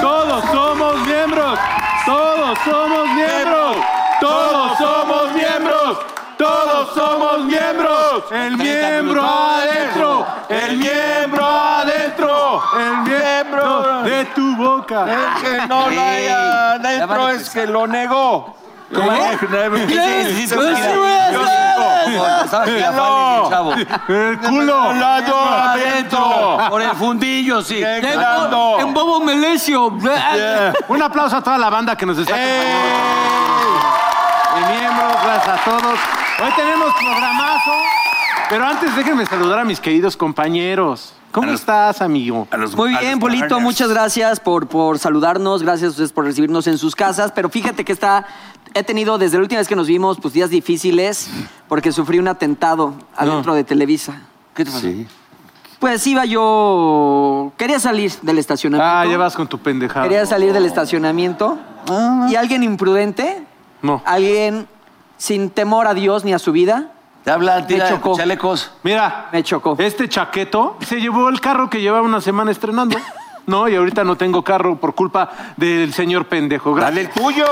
Todos somos miembros. Todos somos miembros. Todos somos miembros. Todos somos miembros. El miembro adentro. El miembro adentro. El miembro de tu boca. El que no lo haya adentro es que lo negó. ¿Cómo? El culo. lado adentro. Por el fundillo, sí. Llegando. En bobo melesio. Un aplauso a toda la banda que nos está acompañando. Y miembros, gracias a todos. Hoy tenemos programazo. Pero antes déjenme saludar a mis queridos compañeros. ¿Cómo estás, amigo? Muy bien, Polito, muchas gracias por, por saludarnos, gracias a ustedes por recibirnos en sus casas, pero fíjate que está, he tenido desde la última vez que nos vimos pues días difíciles porque sufrí un atentado adentro de Televisa. ¿Qué te pasó? Pues iba yo, quería salir del estacionamiento. Ah, ya vas con tu pendejada. Quería salir del estacionamiento y Ah. alguien imprudente, No. alguien sin temor a Dios ni a su vida, Te habla, Me tira chocó. chalecos. Mira, me chocó. este chaqueto se llevó el carro que llevaba una semana estrenando. No, y ahorita no tengo carro por culpa del señor pendejo. Gracias. Dale el tuyo.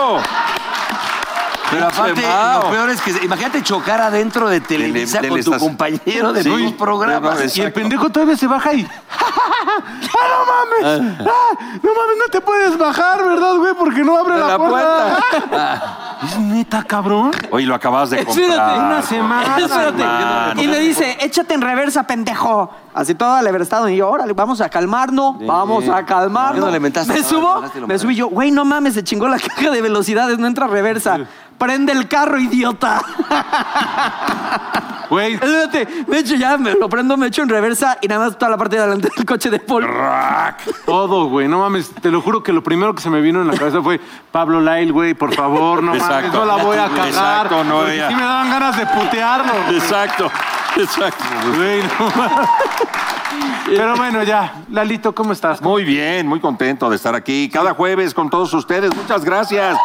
Pero aparte, mao. lo peor es que imagínate chocar adentro de Televisa del con tu estaci- compañero de Sí. tus programas. No, Y el pendejo todavía se baja y. ¡Ah, no mames! ¡Ah, no mames, no te puedes bajar, ¿verdad, güey? Porque no abre la, La puerta. es neta, cabrón. Oye, lo acabas de comprar. Espérate, Una semana. Espérate. Hermano. Y me dice, échate en reversa, pendejo. Así todo aleverestado. Y yo, órale, vamos a calmarnos, vamos a calmarnos. No le mentaste, me no, subo, dejaste lo me mal. subí yo, güey, no mames, se chingó la caja de velocidades, no entra reversa. Prende el carro, idiota. Güey, Espérate, de hecho ya me lo prendo, me echo en reversa y nada más toda la parte de adelante del coche de polvo. todo, güey. No mames, te lo juro que lo primero que se me vino en la cabeza fue Pablo Lyle, güey, por favor, no mames, Exacto. no la voy a cagar. Exacto, no, porque ya. sí me daban ganas de putearlo. güey. Exacto, exacto. Güey, no mames. Pero bueno, ya. Lalito, ¿cómo estás? Muy bien, muy contento de estar aquí cada jueves con todos ustedes. Muchas gracias.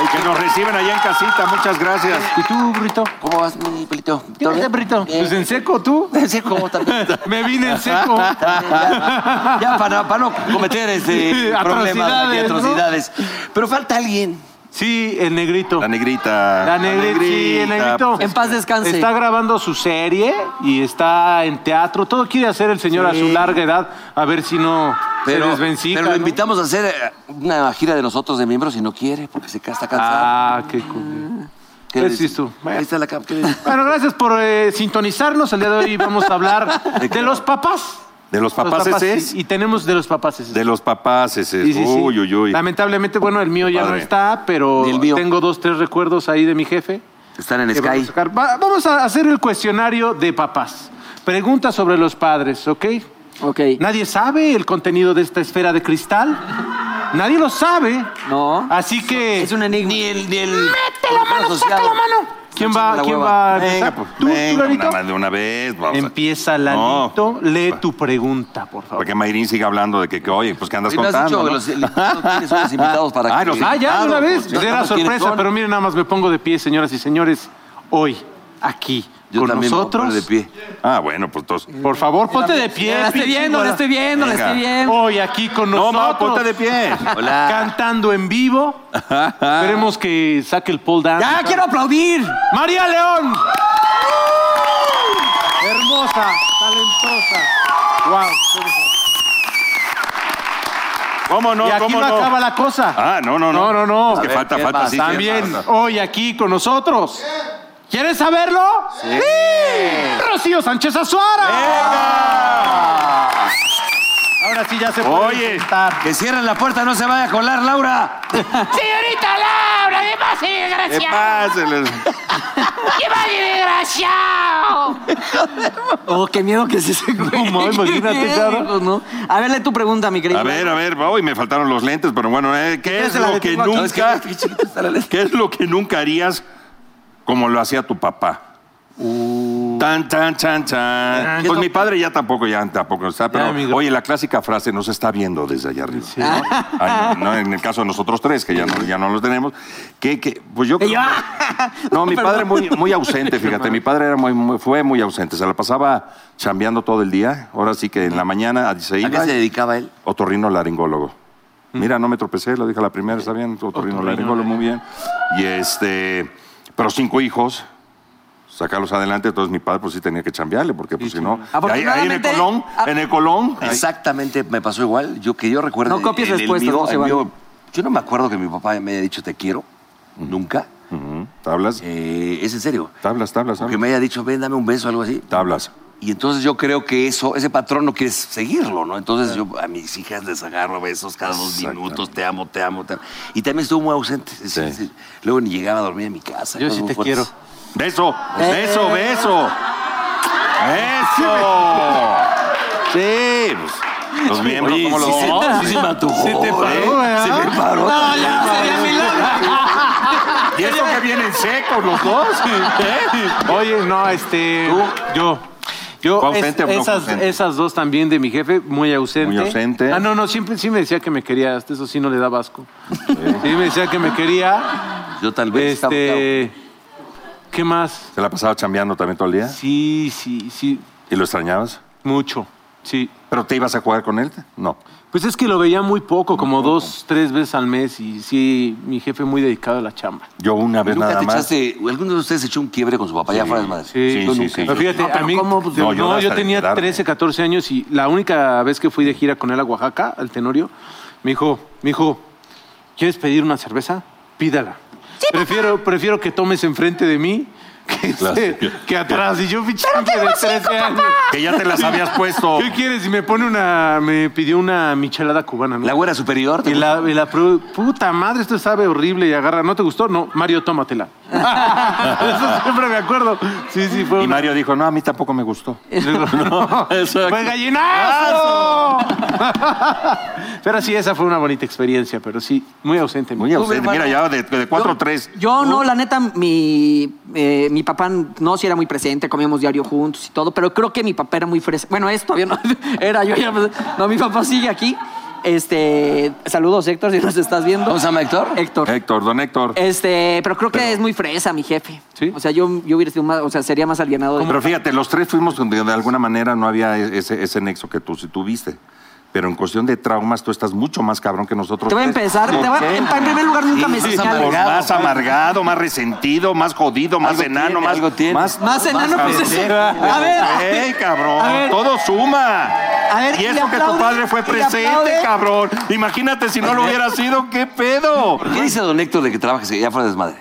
Ay, que nos reciben allá en casita, muchas gracias. ¿Y tú, Brito? ¿Cómo vas, mi pelito? ¿Qué onda, Brito? Pues en seco, tú. ¿Cómo también? Me vine en seco. Ya para, para no cometer este Sí, problemas y atrocidades, ¿no? atrocidades. Pero falta alguien. Sí, el negrito. La negrita. La negrita, sí, el negrito. pues, En paz descanse. Está grabando su serie y está en teatro. Todo quiere hacer el señor a su larga edad, a ver si no se Pero, desvencica. pero lo ¿no? invitamos a hacer eh, una gira de nosotros de miembros y no quiere porque se ca- está cansado. Ah, qué cool. ¿Qué ¿qué le decís dices? tú? Ahí está la cam- ¿qué le dices? Bueno, gracias por eh, sintonizarnos. El día de hoy vamos a hablar de, qué? los papás. De los papás papaces. ese. Y tenemos de los papás ese. De los papás ese. Sí, sí, sí. Uy, uy, uy. Lamentablemente, bueno, el mío ya no Padre. está, pero Ni el mío. tengo dos, tres recuerdos ahí de mi jefe. Están en que vamos a Sky. sacar. Va- vamos a hacer el cuestionario de papás. Preguntas sobre los padres, ¿ok? Ok. Nadie sabe el contenido de esta esfera de cristal. Nadie lo sabe. No. Así que. Es un enigma. Ni el. Ni el ¡Mételo, mano! ¡Sácalo, mano! ¿Quién va? ¿Quién va? a Venga, empezar? pues, ¿Tú, venga, tú, Lalito? nada más de una vez. vamos a- Empieza, No, Lalito. Lee tu pregunta, por favor. Para que Mayrín siga hablando de que, que, oye, pues que andas Y no has contando. dicho, ¿no? los, no tienes unos invitados para Ah, que- los- Ah, ya, de una Claro, vez. pues, ya Era estamos, ¿quiénes sorpresa, son? pero miren, nada más me pongo de pie, señoras y señores. Hoy, aquí, Yo con también me voy a nosotros. poner de pie. Ah, bueno, pues todos. Por favor, ponte de pie. este La estoy pinche Oh, viendo, la güera. estoy viendo, la estoy viendo. Hoy aquí con No, nosotros. ma, ponte de pie. Cantando en vivo. Esperemos que saque el pole dance. ¡Ya quiero aplaudir! María León. Hermosa, talentosa. Wow. ¿Cómo no? y aquí ¿Cómo no, no? acaba la cosa. Ah, no, no, no. No, no, no. Es que A ver, falta, ¿qué falta. más? sí, sí, También falta. hoy aquí con nosotros. ¿Quieres saberlo? Sí. Rocío Sánchez Azuara. Ahora sí ya se puede Oye. sentar. Que cierren la puerta, no se vaya a colar, Laura. Señorita Laura, ¿qué pasa, ¿Qué desgraciado? pasa? Les- ¿Qué pasa, desgraciado? Oh, qué miedo que se se güey. No, ma, imagínate, Qué claro. miedo, ¿no? A ver, lee tu pregunta, mi querido. A ver, a ver, hoy me faltaron los lentes, pero bueno, eh, ¿qué es se la lo que detengo aquí. nunca, qué es lo que nunca harías como lo hacía tu papá? Tan, tan, tan, tan. Pues mi padre ya tampoco, ya tampoco está, pero amigo. oye, la clásica frase nos está viendo desde allá arriba. Ay, no, en el caso de nosotros tres, que ya no, ya no los tenemos, que, que, pues yo creo- yo, No, mi Perdón. padre muy, muy ausente, fíjate, mi padre era muy, muy- fue muy ausente, se la pasaba chambeando todo el día, ahora sí que en la mañana se ¿A qué iba se dedicaba él? otorrino laringólogo. Mm. Mira, no me tropecé, lo dije a la primera, está bien, otorrino laringólogo, muy bien. Y este, pero cinco hijos, sacarlos adelante, entonces mi padre pues sí tenía que chambearle, porque pues si no, Y ahí, ahí en el Afortunadamente- Colón, Ah. en el Colón, ahí- Exactamente, me pasó igual. Yo que yo recuerdo. No copies respuestas, no se vale. yo no me acuerdo que mi papá me haya dicho te quiero, nunca. Ujú, tablas, Eh, es en serio. tablas, tablas, O que tablas, me haya dicho, ven, dame un beso o algo así. tablas. Y entonces yo creo que eso, ese patrón no quieres seguirlo, ¿no? Entonces yo a mis hijas les agarro besos cada dos Exactamente. minutos, te amo, te amo, te amo. Y también estuvo muy ausente. es Sí. decir, Luego ni llegaba a dormir en mi casa. Yo cosas sí muy te fuertes. quiero. Beso, beso, beso. Eso. Sí, pues, los miembros, Oye, ¿cómo los sí, se- sí se me antojó, ¿eh? Se me paró. sería milagro. ¿Y eso que vienen secos los dos? Oye, no, este. Yo. Yo, ¿Fue es- ausente o no fue esas, ausente? esas dos también de mi jefe, muy ausente. Muy ausente. Ah, no, no, siempre sí me decía que me quería, hasta eso sí no le daba asco. Sí, me decía que me quería. Yo tal vez estaba bravo. Este. ¿Qué más? ¿Se la pasaba chambeando también todo el día? Sí, sí, sí, ¿Y lo extrañabas? mucho. Sí. ¿Pero te ibas a jugar con él? No. Pues es que lo veía muy poco, como dos, tres veces al mes, y sí, mi jefe muy dedicado a la chamba. Yo una vez ¿Nunca nada te más. echaste, alguno de ustedes echó un quiebre con su papá ya fuera de madre? pues Sí, Sí, yo sí, nunca. sí. Pero fíjate, a mí, Pues, no, no, yo yo, hasta tenía liberarme. 13, 14 años y la única vez que fui de gira con él a Oaxaca, al Tenorio, me dijo, me dijo, ¿quieres pedir una cerveza? Pídala. prefiero, prefiero que tomes enfrente de mí que, este, Claro. que atrás. Y yo, pichante de 13 años. Que ya te las habías puesto. ¿Qué quieres? Y me pone una, me pidió una michelada cubana. ¿no? ¿La güera superior? ¿te Y la, y la pro- puta madre, esto sabe horrible y agarra. ¿No te gustó? No, Mario, tómatela. Eso siempre me acuerdo. Sí, sí, fue Y una- Mario dijo, no, a mí tampoco me gustó. ¡Fue gallinazo! pero sí, esa fue una bonita experiencia, pero sí, muy ausente. Muy ausente. hermano. Mira, ya de, de 4 a 3. Yo no, la neta, mi, eh, mi papá no si era muy presente, comíamos diario juntos y todo, pero creo que mi papá era muy fresco. Bueno, es todavía no era yo ya. pues, No, mi papá sigue aquí. Este, saludos, Héctor, si nos estás viendo. ¿Cómo se llama Héctor? Eh, Héctor. Héctor, don Héctor. Este, pero creo que es muy fresa mi jefe. ¿Sí? O sea, yo, yo hubiera sido más, o sea, sería más alienado. de- Pero fíjate, los tres fuimos donde de alguna manera no había e, ese, ese nexo que tú sí tuviste. Pero en cuestión de traumas, tú estás mucho más cabrón que nosotros. Te voy a tres. empezar, ¿Por te voy qué? a, en, en primer lugar nunca me Sí, sí, señales. Pues más amargado, más resentido, más jodido, más Algo enano, tiene, más, algo tiene. más. Más enano, pues cabecera. eso. A ver. Ey, cabrón, A ver. todo suma. A ver, y y le eso que tu aplaude, padre fue y le aplaude. presente, cabrón. Imagínate si no lo hubiera sido, qué pedo. ¿Qué dice don Héctor de que trabajes ya fuera de desmadre?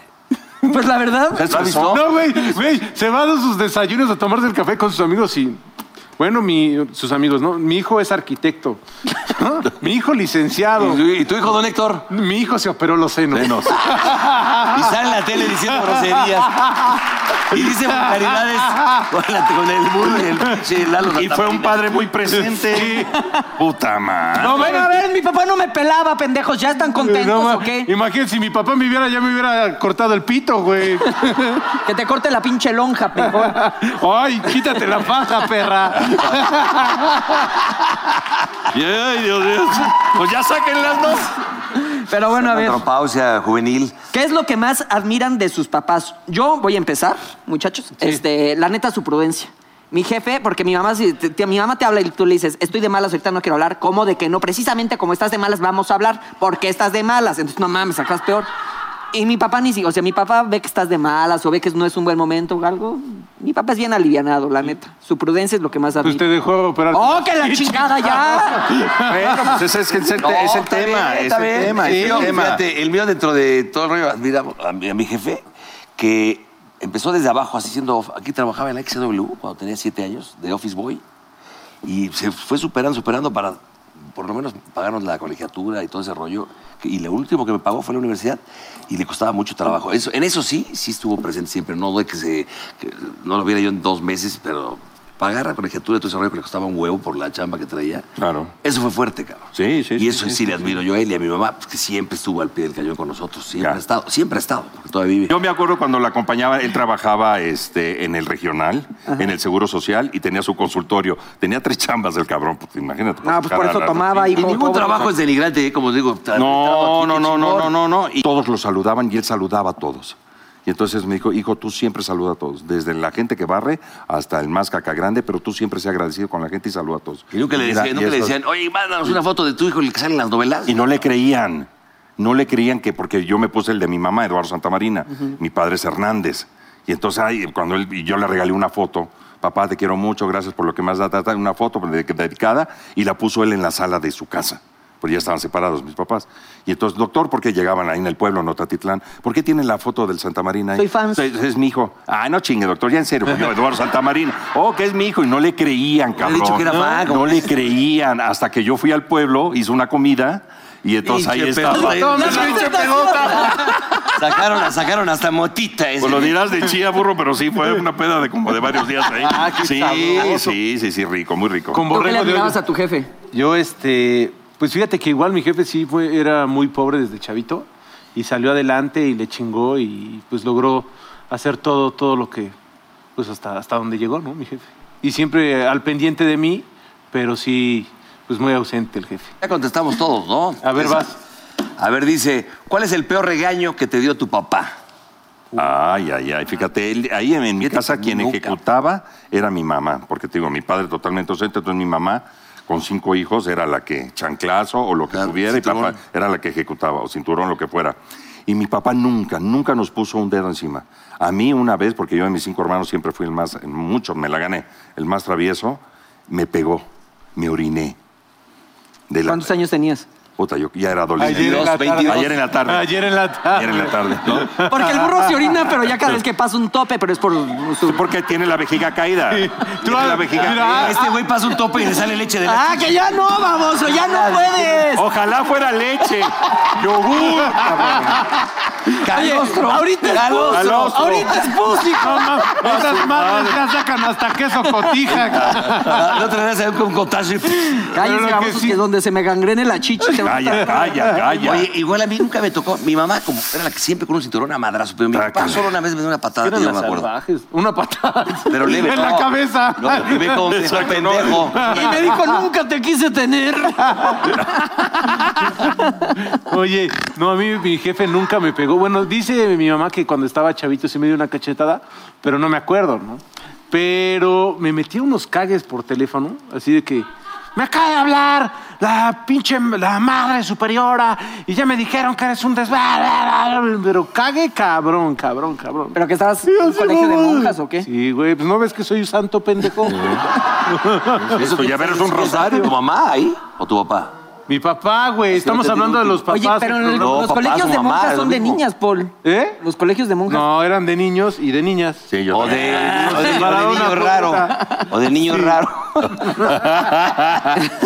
Pues la verdad, Eso es No, güey, güey, se va a sus desayunos a tomarse el café con sus amigos y. Bueno, mi, sus amigos, ¿no? Mi hijo es arquitecto. ¿no? Mi hijo licenciado. ¿Y tu hijo don Héctor? Mi hijo se operó los senos. Ah, Y sale en la tele diciendo groserías. Y dice vulgaridades con la- con el burro y el pinche Lalo Y fue un Santamaría. padre muy presente. Puta madre. no, bueno, a ver, mi papá no me pelaba, pendejos, ¿ya están contentos No, ma- o qué? Imagínate, si mi papá me viera, ya me hubiera cortado el pito, güey. Que te corte la pinche lonja, pendejo. Ay, quítate la faja, perra. Y, ay, Dios mío. Pues ya sáquenlas, ¿no? Pero bueno, a ver. Andropausia juvenil. ¿Qué es lo que más admiran de sus papás? Yo voy a empezar, muchachos. Este, la neta, su prudencia. Mi jefe, porque mi mamá, si te- te- mi mamá te habla y tú le dices, estoy de malas, ahorita no quiero hablar. ¿Cómo de que no? Precisamente como estás de malas, vamos a hablar. porque estás de malas? Entonces, no mames, sacas peor. Y mi papá ni siquiera, o sea, mi papá ve que estás de malas o ve que no es un buen momento o algo. Mi papá es bien alivianado, la neta. Su prudencia es lo que más admira. Pues te dejó operar. ¡Oh, que la chingada ya! Bueno, pues ese es, es el, te- es el está tema, bien, es está el bien. tema, Sí, es yo, el tema. Fíjate, el mío dentro de todo el rollo, mira, a mi, a mi jefe, que empezó desde abajo, así siendo, aquí trabajaba en la XW cuando tenía siete años, de Office Boy, y se fue superando, superando para, por lo menos, pagarnos la colegiatura y todo ese rollo, y lo último que me pagó fue la universidad, y le costaba mucho trabajo. Eso, en eso sí, sí estuvo presente siempre, no de que se, que no lo viera yo en dos meses, pero pagar la colegiatura y todo ese rollo que le costaba un huevo por la chamba que traía. Claro. Eso fue fuerte, cabrón. Sí, sí, Y sí, eso sí, sí, le admiro yo a él y a mi mamá, pues, que siempre estuvo al pie del cañón con nosotros. Siempre Ya. ha estado, siempre ha estado, porque todavía vive. Yo me acuerdo cuando la acompañaba, él trabajaba este, en el regional, en el Seguro Social, y tenía su consultorio. Tenía tres chambas el cabrón, pues, imagínate. No, pues por cada eso rato. tomaba y y ningún trabajo es denigrante, ¿eh? como digo. tra- No, trabajo no, aquí, no, no, no, chingón. no, no. Y todos lo saludaban y él saludaba a todos. Y entonces me dijo, hijo, tú siempre saluda a todos, desde la gente que barre hasta el más caca grande, pero tú siempre sé agradecido con la gente y saluda a todos. Y nunca le, Mira, decían, y nunca le eso- decían, oye, mándanos una foto de tu hijo, el que sale en las novelas. Y no le creían. No le creían que, porque yo me puse el de mi mamá, Eduardo Santamarina. Mi padre es Hernández. Y entonces, ay, cuando él, y yo le regalé una foto. Papá, te quiero mucho, gracias por lo que más da, ta, ta", una foto de- dedicada, y la puso él en la sala de su casa. Porque ya estaban separados mis papás. Y entonces, doctor, ¿por qué llegaban ahí en el pueblo, en Otatitlán? ¿Por qué tiene la foto del Santa Marina ahí? Soy fan. Entonces, Es, mi hijo. Ah, no chingue, doctor, ya en serio. pues yo, Eduardo Santamarina. Oh, que es mi hijo. Y no le creían, cabrón. dicho que era no, vago. no le creían. Hasta que yo fui al pueblo, hice una comida y entonces ahí Pinche estaba. pedota. Pues Sacaron, sacaron hasta motita. ese. lo dirás de chía, burro, pero sí, fue una peda de como de varios días ahí. Ah, qué sí, sabroso. sí, sí, sí, rico, muy rico. Con ¿Tú qué le borrego de hoyo. admirabas a tu jefe? Yo, este, pues fíjate que igual mi jefe sí fue, era muy pobre desde chavito y salió adelante y le chingó y pues logró hacer todo, todo lo que, pues hasta, hasta donde llegó, ¿no? Mi jefe. Y siempre al pendiente de mí, pero sí, pues muy ausente el jefe. Ya contestamos todos, ¿no? A ver, vas. A ver, dice, ¿cuál es el peor regaño que te dio tu papá? Ay, ay, ay, fíjate, él- ahí en, en mi Fíjate casa que quien nunca. ejecutaba era mi mamá, porque te digo, mi padre totalmente ausente, entonces mi mamá con cinco hijos era la que chanclazo o lo que Claro, tuviera, y papá cinturón. era la que ejecutaba, o cinturón, lo que fuera. Y mi papá nunca, nunca nos puso un dedo encima. A mí una vez, porque yo de mis cinco hermanos siempre fui el más, en muchos me la gané, el más travieso, me pegó, me oriné. De la- ¿Cuántos años tenías? Puta, yo ya era adolescente. Ayer en la 22, tarde. Ayer en la tarde. Ayer en la tarde. Ayer en la tarde, ¿no? Porque el burro se orina, pero ya cada vez que pasa un tope, pero es por su... Porque tiene la vejiga caída. Tiene la vejiga Mira, Este güey pasa un tope y le sale leche de la... ¡Ah, que ya no, baboso! ¡Ya no puedes! Ojalá fuera leche, yogur. Oye, ahorita es pus, Calostro. ahorita es pus, hijo. esas madres ya sacan hasta queso cotija. Ah, La otra vez salió con cotazo y... pues, Pero lo Cállese, que baboso, sí- que donde se me gangrene la chicha te va a Calla, calla, calla. Ah, Oye, igual a mí nunca me tocó. Mi mamá como era la que siempre con un cinturón a madrazo, pero mi papá Trácame. solo una vez me dio una patada, Eran yo las me acuerdo. salvajes. Una patada. Pero leve. En la no. cabeza. No, me como que fue pendejo. Y me dijo, nunca te quise tener. Oye, no, a mí mi jefe nunca me pegó. Bueno, dice mi mamá que cuando estaba chavito sí me dio una cachetada, pero no me acuerdo, ¿no? Pero me metía unos cagues por teléfono, así de que me acaba de hablar la pinche la madre superiora y ya me dijeron que eres un des... Pero cague cabrón, cabrón, cabrón. ¿Pero que estabas en un colegio de monjas o qué? Sí, güey, pues no ves que soy un santo pendejo. Eso ya verás un rosario. ¿Tu mamá ahí o tu papá? mi papá, güey, estamos te hablando de digo los papás. Oye, pero del los, programa. No, papá, colegios su de mamá, monjas es lo son de mismo. niñas, Paul. ¿Eh? Los colegios de monjas. No, eran de niños y de niñas. Sí, yo O de, también. o de- o de Para una niño raro. puerta. O de niño raro.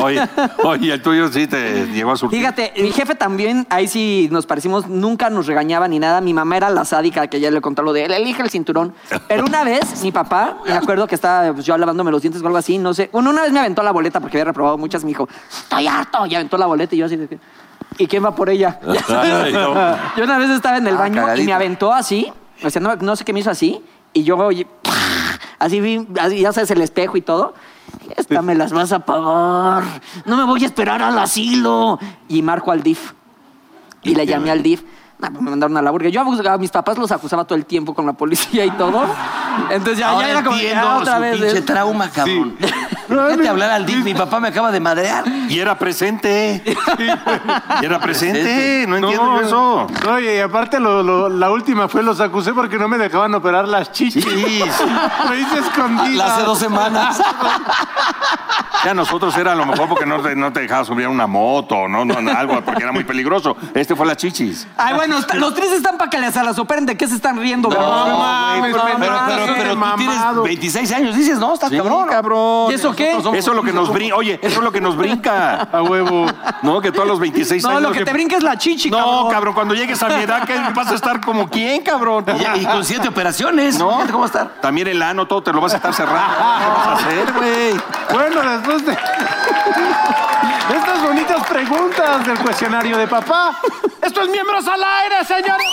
oye, oye, el tuyo sí te llegó a surtir. Fíjate, mi jefe también, ahí sí nos parecimos, nunca nos regañaba ni nada. Mi mamá era la sádica, que ya le conté lo de él, elige el cinturón. Pero una vez, mi papá, me acuerdo que estaba pues, yo lavándome los dientes o algo así, no sé. Bueno, una vez me aventó la boleta porque había reprobado muchas, me dijo, estoy harto, y aventó la boleta y yo así de que, ¿y quién va por ella? Ya sabes. Ay, no. Yo una vez estaba en el Ah, baño y me cagadito. aventó así, o sea, no, no sé qué me hizo así, y yo oye, así vi, así, ya sabes, el espejo y todo. Esta me las vas a pagar. No me voy a esperar al asilo. Y marco al DIF. Y le llamé al DIF. Nah, pues me mandaron a la burga. Yo abus- a mis papás los acusaba todo el tiempo con la policía y todo. Entonces ya, Ahora ya era como ya entiendo otra su vez. pinche es- trauma, cabrón. Déjate hablar al DIF, mi papá me acaba de madrear. Y era presente. Y era presente. No entiendo yo eso. No, y aparte lo- lo- la última fue los acusé porque no me dejaban operar las chichis. Lo hice escondida. La hace dos semanas. Ya nosotros era a lo mejor porque no te, no te dejaba subir a una moto, no, no, algo, porque era muy peligroso. Este fue las chichis. Ay, bueno, está- los tres están para que les a las operen. ¿De qué se están riendo, cabrón? no mames, no pero- Pero, pero, mames. pero tú tienes Mamado. 26 años, dices, ¿no? Estás cabrón. ¿Y eso qué? Nosotros somos- Eso es lo que nos brinca. Oye, eso es lo que nos brinca. A huevo. No, que tú a los 26 No, años. lo que te brinca es la chichi, No, cabrón, cuando llegues a mi edad, ¿qué vas a estar como quién, cabrón? Y, y con siete operaciones. No, ¿cómo estar? También el ano, todo te lo vas a estar cerrando. ¿Qué vas a hacer, güey? Bueno, después de de estas bonitas preguntas del cuestionario de papá, esto es Miembros al Aire, señores.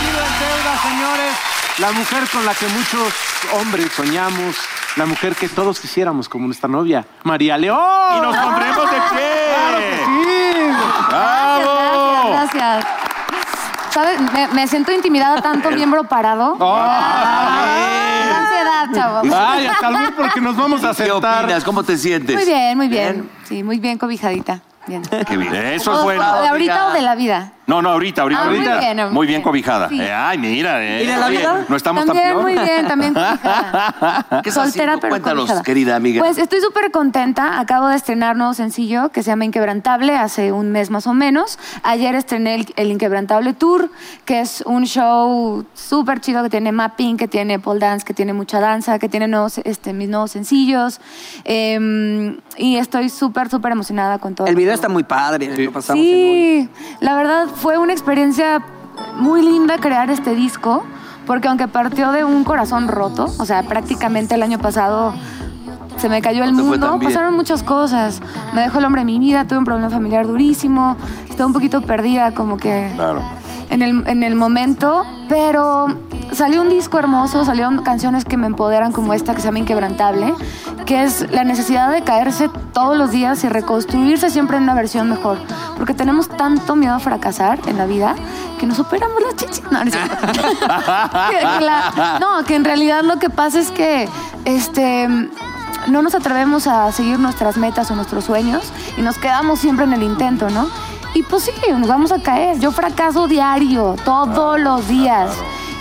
Viva el deuda, señores. La mujer con la que muchos hombres soñamos, la mujer que todos quisiéramos como nuestra novia, María León. Y nos pondremos de pie. Sí. ¡Bravo! Gracias, gracias. ¿Sabes? Me, me siento intimidada tanto miembro parado. Oh, ah, eh. Me da ansiedad, chavos. Ay, hasta luego porque nos vamos a ¿Qué sentar. opinas? ¿Cómo te sientes? Muy bien, muy bien. Sí, muy bien cobijadita. Bien. Qué bien. Eso Todo- es bueno. ¿De ahorita o de la vida? No, no, ahorita, ahorita. Ah, muy ahorita. bien, muy Muy bien bien. cobijada. Sí. Eh, ay, mira, eh. ¿Y de la Oye, vida? No estamos tan también peor. muy bien, también cobijada. ¿Qué estás Soltera haciendo? pero Cuéntanos, cobijada. querida amiga. Pues estoy súper contenta. Acabo de estrenar nuevo sencillo que se llama Inquebrantable hace un mes más o menos. Ayer estrené el, el Inquebrantable Tour, que es un show súper chido que tiene mapping, que tiene pole dance, que tiene mucha danza, que tiene nuevos, este, mis nuevos sencillos. Em, y estoy súper, súper emocionada con todo. El video está muy padre. Lo pasamos en un- Sí, la verdad fue una experiencia muy linda crear este disco, porque aunque partió de un corazón roto, o sea, prácticamente el año pasado se me cayó el Te fue mundo, tan bien. pasaron muchas cosas. Me dejó el hombre de mi vida, tuve un problema familiar durísimo, estaba un poquito perdida como que Claro. en el, en el momento, pero salió un disco hermoso, salieron canciones que me empoderan como esta que se llama Inquebrantable, que es la necesidad de caerse todos los días y reconstruirse siempre en una versión mejor, porque tenemos tanto miedo a fracasar en la vida que nos operamos las chichis. No, no, es cierto. Que- que la- no, que en realidad lo que pasa es que este no nos atrevemos a seguir nuestras metas o nuestros sueños y nos quedamos siempre en el intento, ¿no? Y pues sí, nos vamos a caer. Yo fracaso diario, todos Ah, los días.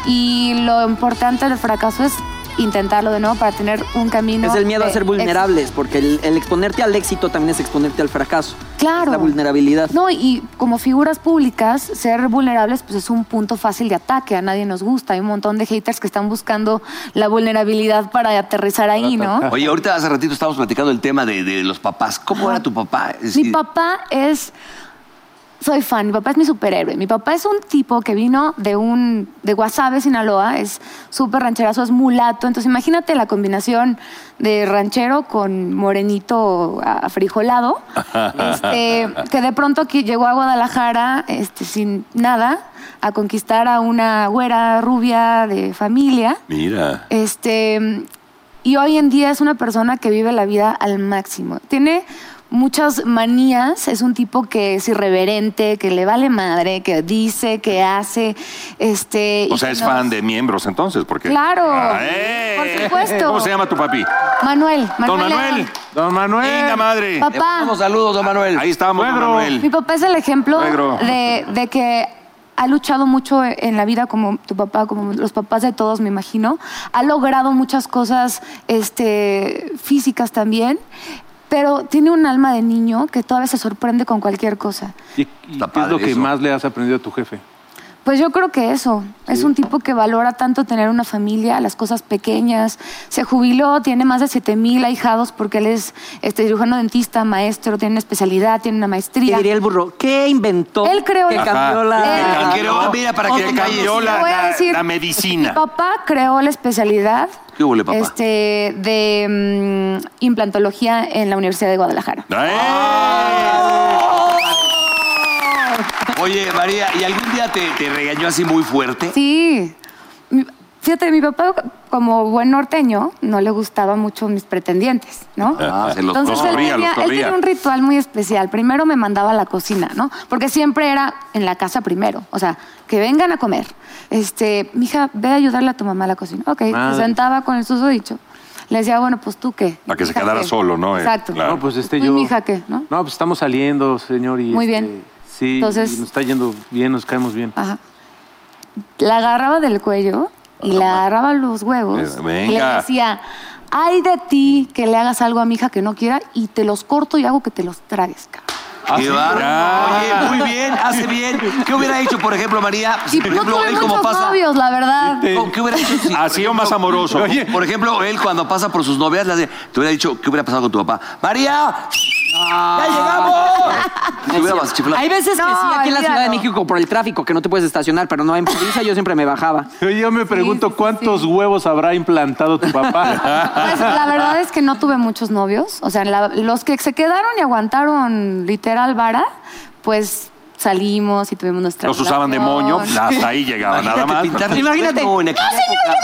Y lo importante del fracaso es intentarlo de nuevo para tener un camino. Es el miedo a de ser vulnerables, porque el, el exponerte al éxito también es exponerte al fracaso. Claro. La vulnerabilidad. No, y como figuras públicas, ser vulnerables pues es un punto fácil de ataque, a nadie nos gusta, hay un montón de haters que están buscando la vulnerabilidad para aterrizar ahí, ¿no? Oye, ahorita hace ratito estábamos platicando el tema de, de los papás. ¿Cómo era tu papá? Es- Mi papá es. Soy fan, mi papá es mi superhéroe. Mi papá es un tipo que vino de un de Guasave, Sinaloa, es súper rancherazo, es mulato. Entonces imagínate la combinación de ranchero con morenito afrijolado, este, que de pronto aquí llegó a Guadalajara este, sin nada a conquistar a una güera rubia de familia. Mira. Este, y hoy en día es una persona que vive la vida al máximo. Tiene muchas manías, es un tipo que es irreverente, que le vale madre, que dice, que hace. Este, O y sea, que es nos- fan de miembros entonces, porque. Claro, Ah, ¡eh! por supuesto. ¿Cómo se llama tu papi? Manuel, Manuel. Don León. Manuel. Don Manuel. Linda madre. Le Papá, mandamos Eh, saludos, don Manuel. Ahí estábamos, don Suegro. mi Manuel. papá es el ejemplo Suegro. de, de que ha luchado mucho en la vida como tu papá, como los papás de todos, me imagino. Ha logrado muchas cosas este, físicas también, pero tiene un alma de niño que todavía se sorprende con cualquier cosa. ¿Y, y Está qué es padre lo que eso. más le has aprendido a tu jefe? Pues yo creo que eso. Es un tipo que valora tanto tener una familia, las cosas pequeñas. Se jubiló, tiene más de 7000 ahijados porque él es este, cirujano dentista, maestro, tiene una especialidad, tiene una Te maestría. diría el burro, ¿qué inventó? Él creó que la- cambió la... Él- Quiero, mira, para que Ojo, calles. Yo la- voy a la- decir- la medicina. Papá creó la especialidad ¿Qué hubo, papá? este, de mm, implantología en la Universidad de Guadalajara. ¡Eh! ¡Oh! Oye, María, ¿y algún día te, te regañó así muy fuerte? Sí. Mi- Fíjate, mi papá, como buen norteño, no le gustaba mucho mis pretendientes, ¿no? Ah, se los Entonces él, corría, los tenía, él corría. tenía un ritual muy especial. Primero me mandaba a la cocina, ¿no? Porque siempre era en la casa primero. O sea, que vengan a comer. Este, mija, ve a ayudarle a tu mamá a la cocina. Ok, Madre. se sentaba con el susodicho. Le decía, bueno, pues tú qué. Para que se Mija, quedara ¿qué? solo, ¿no? Eh, Exacto. claro. No, pues este Tú y yo. mi hija, ¿qué? ¿No? No, pues estamos saliendo, señor. Y Muy este, bien. Sí, Entonces- y nos está yendo bien, nos caemos bien. Ajá. La agarraba del cuello y le agarraba los huevos. Eh, venga. Y le decía, ay de ti que le hagas algo a mi hija que no quiera y te los corto y hago que te los tragues. cabrón". Qué Ah. bárbaro. Oye, muy bien, hace bien. ¿Qué hubiera hecho, por ejemplo, María? Y Si, por no ejemplo, tuve él como muchos pasa. novios, la verdad. ¿Cómo- ¿Qué hubiera hecho? si, Así o más amoroso. por- Por ejemplo, él cuando pasa por sus novias, le hace, te hubiera dicho, ¿qué hubiera pasado con tu papá? ¡María! ¡Ya llegamos! Te hubiera chiflado. Hay veces que No, sí, aquí en la Ciudad de olvídalo. México por el tráfico, que no te puedes estacionar, pero no, en provincia yo siempre me bajaba. Yo- Yo me pregunto sí, sí, cuántos sí. huevos habrá implantado tu papá. Pues, la verdad es que no tuve muchos novios. O sea, la- los que se quedaron y aguantaron literal vara, pues salimos y tuvimos nuestra Los usaban de moño, relación. hasta ahí llegaba nada Imagínate más. pintarte el Imagínate. cuerno en aquella época.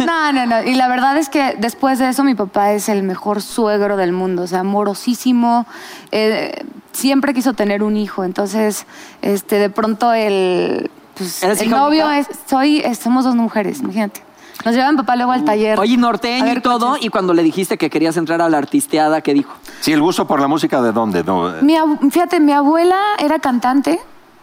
No, no, no. Y la verdad es que después de eso mi papá es el mejor suegro del mundo, o sea, amorosísimo. eh, siempre quiso tener un hijo, entonces, este, de pronto el, pues, ¿Eres el hija novio es, única? soy, es- somos dos mujeres, imagínate. Nos llevan papá luego al taller. Uh, Oye, A norteño ver, y todo, coches. y cuando le dijiste que querías entrar a la artisteada, ¿qué dijo? Sí, el gusto por la música, ¿de dónde? No, eh, Mi abu- fíjate, mi abuela era cantante,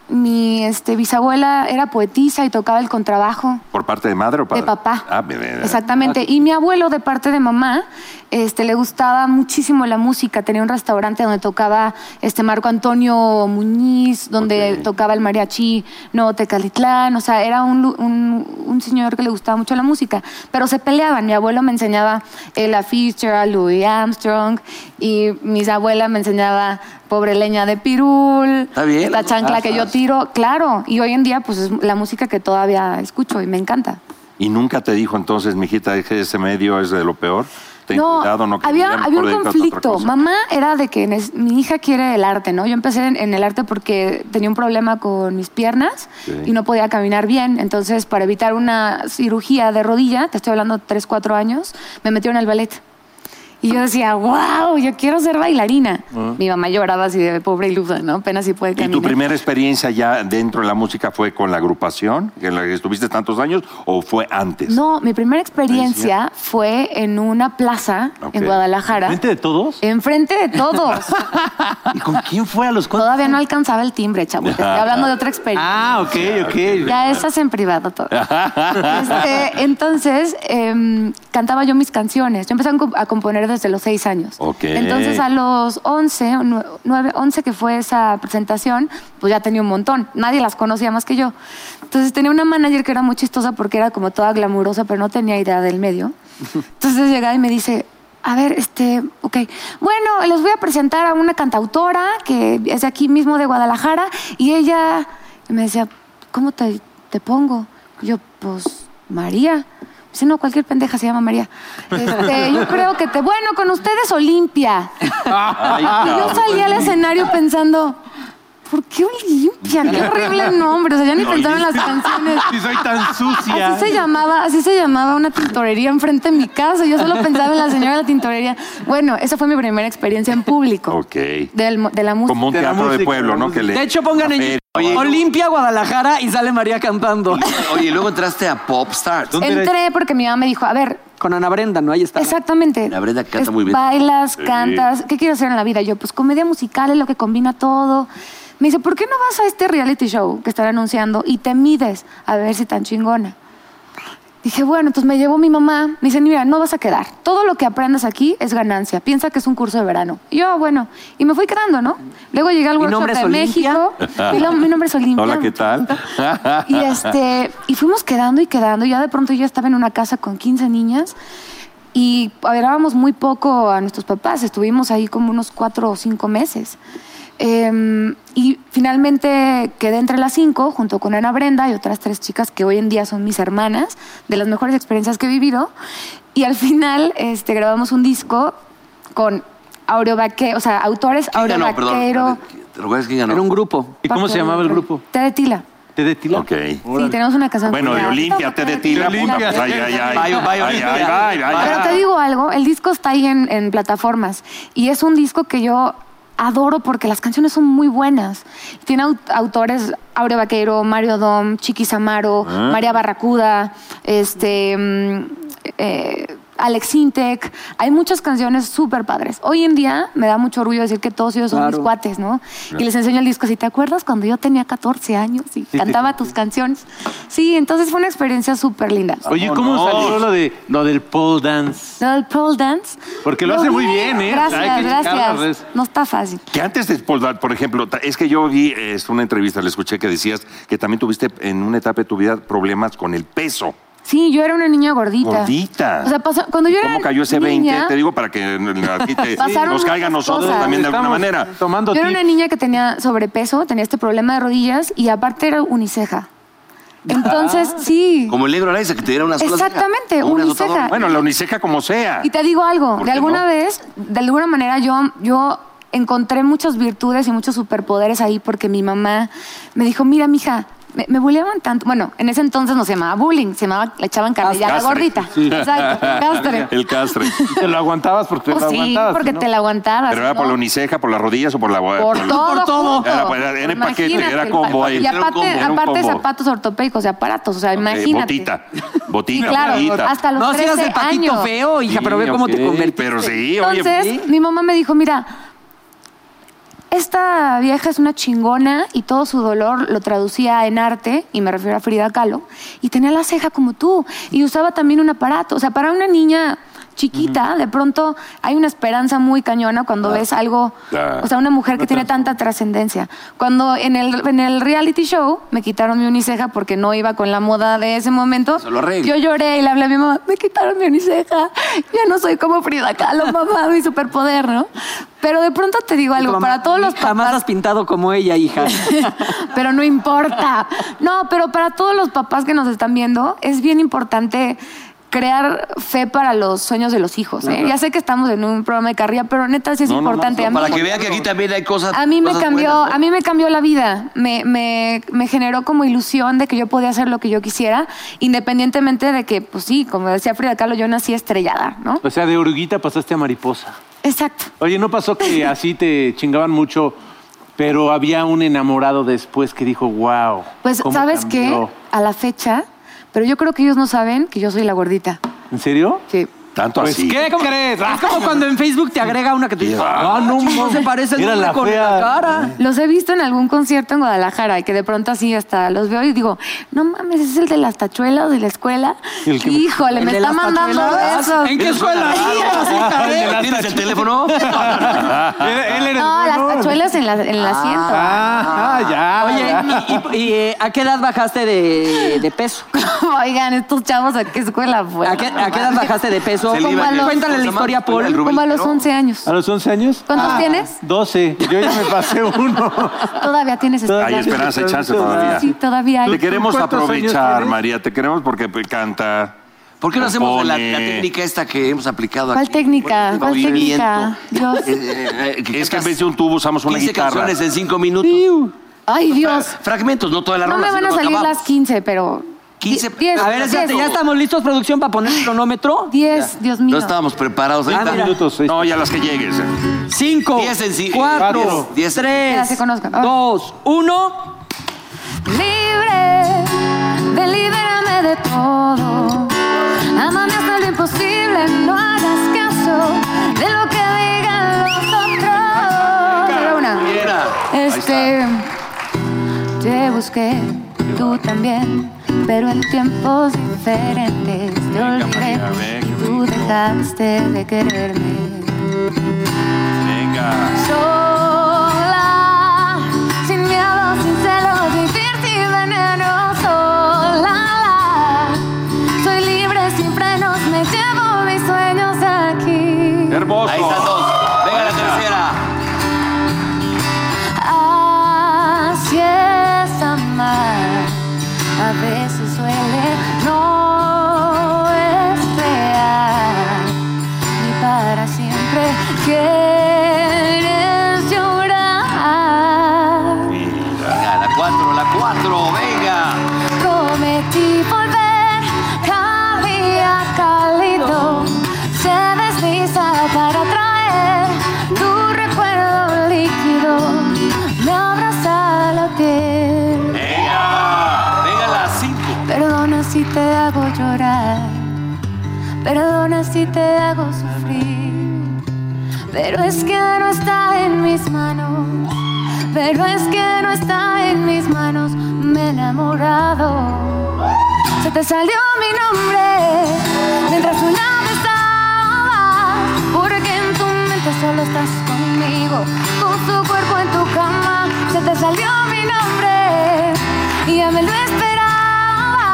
mi este, bisabuela era poetisa y tocaba el contrabajo. ¿Por parte de madre o padre? De papá. Ah, bien, bien, bien. Exactamente. Y mi abuelo, de parte de mamá, este, le gustaba muchísimo la música. Tenía un restaurante donde tocaba este Marco Antonio Muñiz, donde Ok. tocaba el mariachi no Tecalitlán. O sea, era un, lu- un- un señor que le gustaba mucho la música. Pero se peleaban. Mi abuelo me enseñaba eh, Ella Fitzgerald, Louis Armstrong. Y mi abuela me enseñaba Pobre leña de pirul. Está bien, La las chancla que yo cosas. tiro. Claro. Y hoy en día, pues es la música que todavía escucho y me encanta. ¿Y nunca te dijo entonces, mijita, es que ese medio es de lo peor? Ten cuidado, no que había, ya mejor había un dedícate a otra conflicto. cosa"? Mamá era de que nes- mi hija quiere el arte, ¿no? Yo empecé en, en el arte porque tenía un problema con mis piernas Ok. y no podía caminar bien. Entonces, para evitar una cirugía de rodilla, te estoy hablando 3, 4 años, me metieron al ballet. Y yo decía, wow, yo quiero ser bailarina. Mi mamá lloraba así de pobre ilusa, ¿no? Apenas si puede Ah. ¿Y caminar. tu primera experiencia ya dentro de la música fue con la agrupación, en la que estuviste tantos años, o fue antes? No, mi primera experiencia fue en una plaza Ok. en Guadalajara. ¿Frente de todos? Eh, Enfrente de todos. ¿Y con quién fue a los cuantos? Todavía no alcanzaba el timbre, chavo. Te estoy hablando de otra experiencia. Ah, ok, ok. Ya esas en privado todo. Este, entonces, em, cantaba yo mis canciones. Yo empecé a comp- a componer desde los seis años. Ok. Entonces, a los 11, o nue- nueve, 11 que fue esa presentación, pues ya tenía un montón. Nadie las conocía más que yo. Entonces, tenía una manager que era muy chistosa porque era como toda glamurosa, pero no tenía idea del medio. Entonces, llegaba y me dice... A ver, este, ok. Bueno, les voy a presentar a una cantautora que es de aquí mismo de Guadalajara y ella me decía, ¿cómo te, te pongo? Yo, pues, María. Si no, cualquier pendeja se llama María. Este, yo creo que te. Bueno, con ustedes Olimpia. Y yo salí al pues, escenario pensando, ¿por qué Olimpia? Qué horrible nombre. O sea, ya ni pensaron las canciones. Si soy tan sucia. Así se llamaba, así se llamaba una tintorería enfrente de mi casa. Yo solo pensaba en la señora de la tintorería. Bueno, esa fue mi primera experiencia en público. Ok. Del mo- de la música. Como un De la teatro de música, pueblo, de la ¿no? Que le... De hecho, pongan la en feria. Olimpia, Guadalajara y sale María cantando. Oye, luego entraste a Popstar. ¿Dónde era? Entré porque mi mamá me dijo, a ver, Con Ana Brenda, ¿no? Ahí está. Exactamente. La Brenda canta muy bien. Bailas, cantas. ¿Qué quieres hacer en la vida? Yo, pues comedia musical es lo que combina todo. Me dice, ¿por qué no vas a este reality show que están anunciando y te mides a ver si tan chingona? Dije, bueno, entonces me llevó mi mamá. Me dice, mira, no vas a quedar. Todo lo que aprendas aquí es ganancia. Piensa que es un curso de verano. Y yo, ah, bueno. Y me fui quedando, ¿no? Luego llegué al ¿Mi workshop nombre es de Olimpia? México. Mi lo- mi nombre es Olimpia. Hola, ¿qué tal? Y este, y fuimos quedando y quedando. Ya de pronto yo estaba en una casa con 15 niñas y hablábamos muy poco a nuestros papás. Estuvimos ahí como unos cuatro o cinco meses. Em, y finalmente quedé entre las cinco junto con Ana Brenda y otras tres chicas que hoy en día son mis hermanas, de las mejores experiencias que he vivido. Y al final este, grabamos un disco con Aureo Vaquero, o sea, autores Aureo ganó? Perdón. Vaquero. ¿Te recuerdas quién ganó? Era un grupo. Ah, ¿Y cómo se llamaba el grupo? Te de Tila. ¿Te detila? Ok. Sí, tenemos una canción. Bueno, de de Olimpia, te de tila, De puta, Olimpia. pues, ay, ay, ay. Vaya, vaya, Ay, ay, Olimpia. ay, ay, Pero ay. te digo algo, el disco está ahí en, en plataformas y es un disco que yo adoro porque las canciones son muy buenas. Tiene au- autores Aure Vaqueiro, Mario Dom, Chiqui Samaro, María Barracuda, este, mm, eh, Alex Intec. Hay muchas canciones súper padres. Hoy en día me da mucho orgullo decir que todos ellos son Claro. mis cuates, ¿no? Y les enseño el disco. Si te acuerdas cuando yo tenía 14 años y cantaba tus canciones. Sí, entonces fue una experiencia súper linda. Oye, ¿cómo salió lo, de, lo del pole dance? No, el pole dance. Porque lo hace muy bien, ¿eh? Gracias, Hay que checar las redes. gracias. No está fácil. Que antes de Spoldat, por ejemplo, ta- es que yo vi eh, es una entrevista, le escuché que decías que también tuviste en una etapa de tu vida problemas con el peso. Sí, yo era una niña gordita. Gordita. O sea, pasó- cuando yo era ¿Cómo cayó ese 20? niña, Te digo para que aquí te- Pasaron nos caiga a muchas nosotros cosas. también de alguna Estamos manera. Tomando Yo era tips. una niña que tenía sobrepeso, tenía este problema de rodillas y aparte era uniceja. Entonces, sí. Como el negro Araiza, que te diera unas sola ceja. Exactamente, O una uniceja. sotadona. Bueno, la uniceja como sea. Y te digo algo, ¿Por qué de alguna no? vez, de alguna manera yo, yo encontré muchas virtudes y muchos superpoderes ahí porque mi mamá me dijo, mira, mija, me, me bulleaban tanto. Bueno, en ese entonces no se llamaba bullying, se llamaba, le echaban carrillada Castre. gordita. Exacto, castre. El castre. Te lo aguantabas porque te Pues lo sí, aguantabas. porque ¿no? te la aguantabas. Pero era por ¿no? la uniceja, por las rodillas o por la Por todo. junto. Era, pues, era en paquete, Imagínate, era el combo pa- ahí. Y Era un aparte, combo, era un aparte combo. zapatos ortopédicos y aparatos, o sea, imagínate. eh, Botita. Sí, Botita, claro, botita. hasta los No, si 13 eras el patito años. feo, hija, pero ve Sí, cómo ok, te convertiste. Pero sí, oye. Entonces, mi mamá me dijo, mira, esta vieja es una chingona y todo su dolor lo traducía en arte, y me refiero a Frida Kahlo, y tenía la ceja como tú, y usaba también un aparato. O sea, para una niña chiquita, de pronto hay una esperanza muy cañona cuando Ah. ves algo, Claro. o sea, una mujer que tiene tanta trascendencia. Cuando en el, en el reality show me quitaron mi uniceja porque no iba con la moda de ese momento, Se lo arregla. yo lloré y le hablé a mi mamá, me quitaron mi uniceja, ya no soy como Frida Kahlo, mamá, mi superpoder, ¿no? Pero de pronto te digo algo, Mamá, para todos los Jamás has papás, pintado como ella, hija. pero no importa. No, pero para todos los papás que nos están viendo, es bien importante crear fe para los sueños de los hijos. ¿eh? Ya sé que estamos en un programa de carrera, pero neta sí es importante. a mí, Para que vea que aquí también hay cosas. a mí me cosas cambió, buenas, ¿no? a mí me cambió la vida. Me, me, me generó como ilusión de que yo podía hacer lo que yo quisiera, independientemente de que, pues sí, como decía Frida Kahlo, yo nací estrellada, ¿no? Pues, O sea, de oruguita pasaste a mariposa. Exacto. Oye, ¿no pasó que así te chingaban mucho, pero había un enamorado después que dijo, wow? Pues, ¿sabes qué? qué? A la fecha, pero yo creo que ellos no saben que yo soy la gordita. ¿En serio? Sí. Tanto Pues, así. ¿qué crees? Es como cuando en Facebook te agrega una que te dice, Ah, no, no se mames. parece el Era nombre la con fea. la cara. Los he visto en algún concierto en Guadalajara y que de pronto así hasta los veo y digo, no mames, es el de las tachuelas de la escuela. El que me- Híjole, ¿El me de está las mandando tachuelas? besos. ¿En qué escuela? ¿Tienes el teléfono? Era- él era el No, las bueno. tachuelas en, la, en el asiento. Ah, ya. ya. Oye, ¿y, y- y, eh, a qué edad bajaste de, de peso? Oigan, estos chavos, ¿a qué escuela fue? ¿A qué, a qué edad bajaste de peso? Se le iba el- Cuéntale la ¿cómo se historia, llama? El Paul. Rubén. Como a los 11 años. ¿A los 11 años? ¿Cuántos tienes? 12. Yo ya me pasé uno. Todavía tienes Hay esperanza. esperanza y chance todavía. Sí, todavía hay. Te queremos ¿Cuántos años aprovechar, tienes? María. Te queremos porque pues, canta. ¿Por qué no hacemos la, la compone. técnica esta que hemos aplicado ¿Cuál aquí? técnica? Bueno, ¿Cuál el técnica? movimiento. Dios. Eh, eh, Es que en cantas vez de un tubo usamos una 15 guitarra. canciones en 5 minutos. Ay, Dios. Fragmentos, no toda la No rola, me van sino a lo salir acabamos. las 15, pero... 15. Die- diez, A ver, espérate, diez. ¿ya estamos listos, producción, para poner el cronómetro? 10, Dios mío. No estábamos preparados. Ahí Ah, está. mira. Minutos, seis. No, ya las que llegues. Cinco, Diez en sí- cuatro, cuatro, diez. Ya se tres, conozcan. dos, uno. Libre, delíberame de todo. Amame hasta lo imposible, no hagas caso de lo que digan los otros. Era una. Mira. Este, te busqué, tú también. pero en tiempos diferentes te olvidé y tú dejaste de quererme. Sola, sin miedo, sin celos, vivir sin veneno. Sola, soy libre, sin frenos, me llevo mis sueños aquí. Hermoso. Ahí están dos. Venga la tercera. Así es amar, a veces suele no esperar, ni para siempre quieres llorar. Venga, la cuatro, la cuatro, venga. Prometí volver, día cálido se desliza para traer tu recuerdo líquido, me abraza la piel. Venga. Venga la cinco. Perdona si te hago llorar, perdona si te hago sufrir, pero es que no está en mis manos, pero es que no está en mis manos, me he enamorado. Se te salió mi nombre mientras tu lado estaba, porque en tu mente solo estás conmigo, con su cuerpo en tu cama. Se te salió mi nombre y ya me lo esperaba,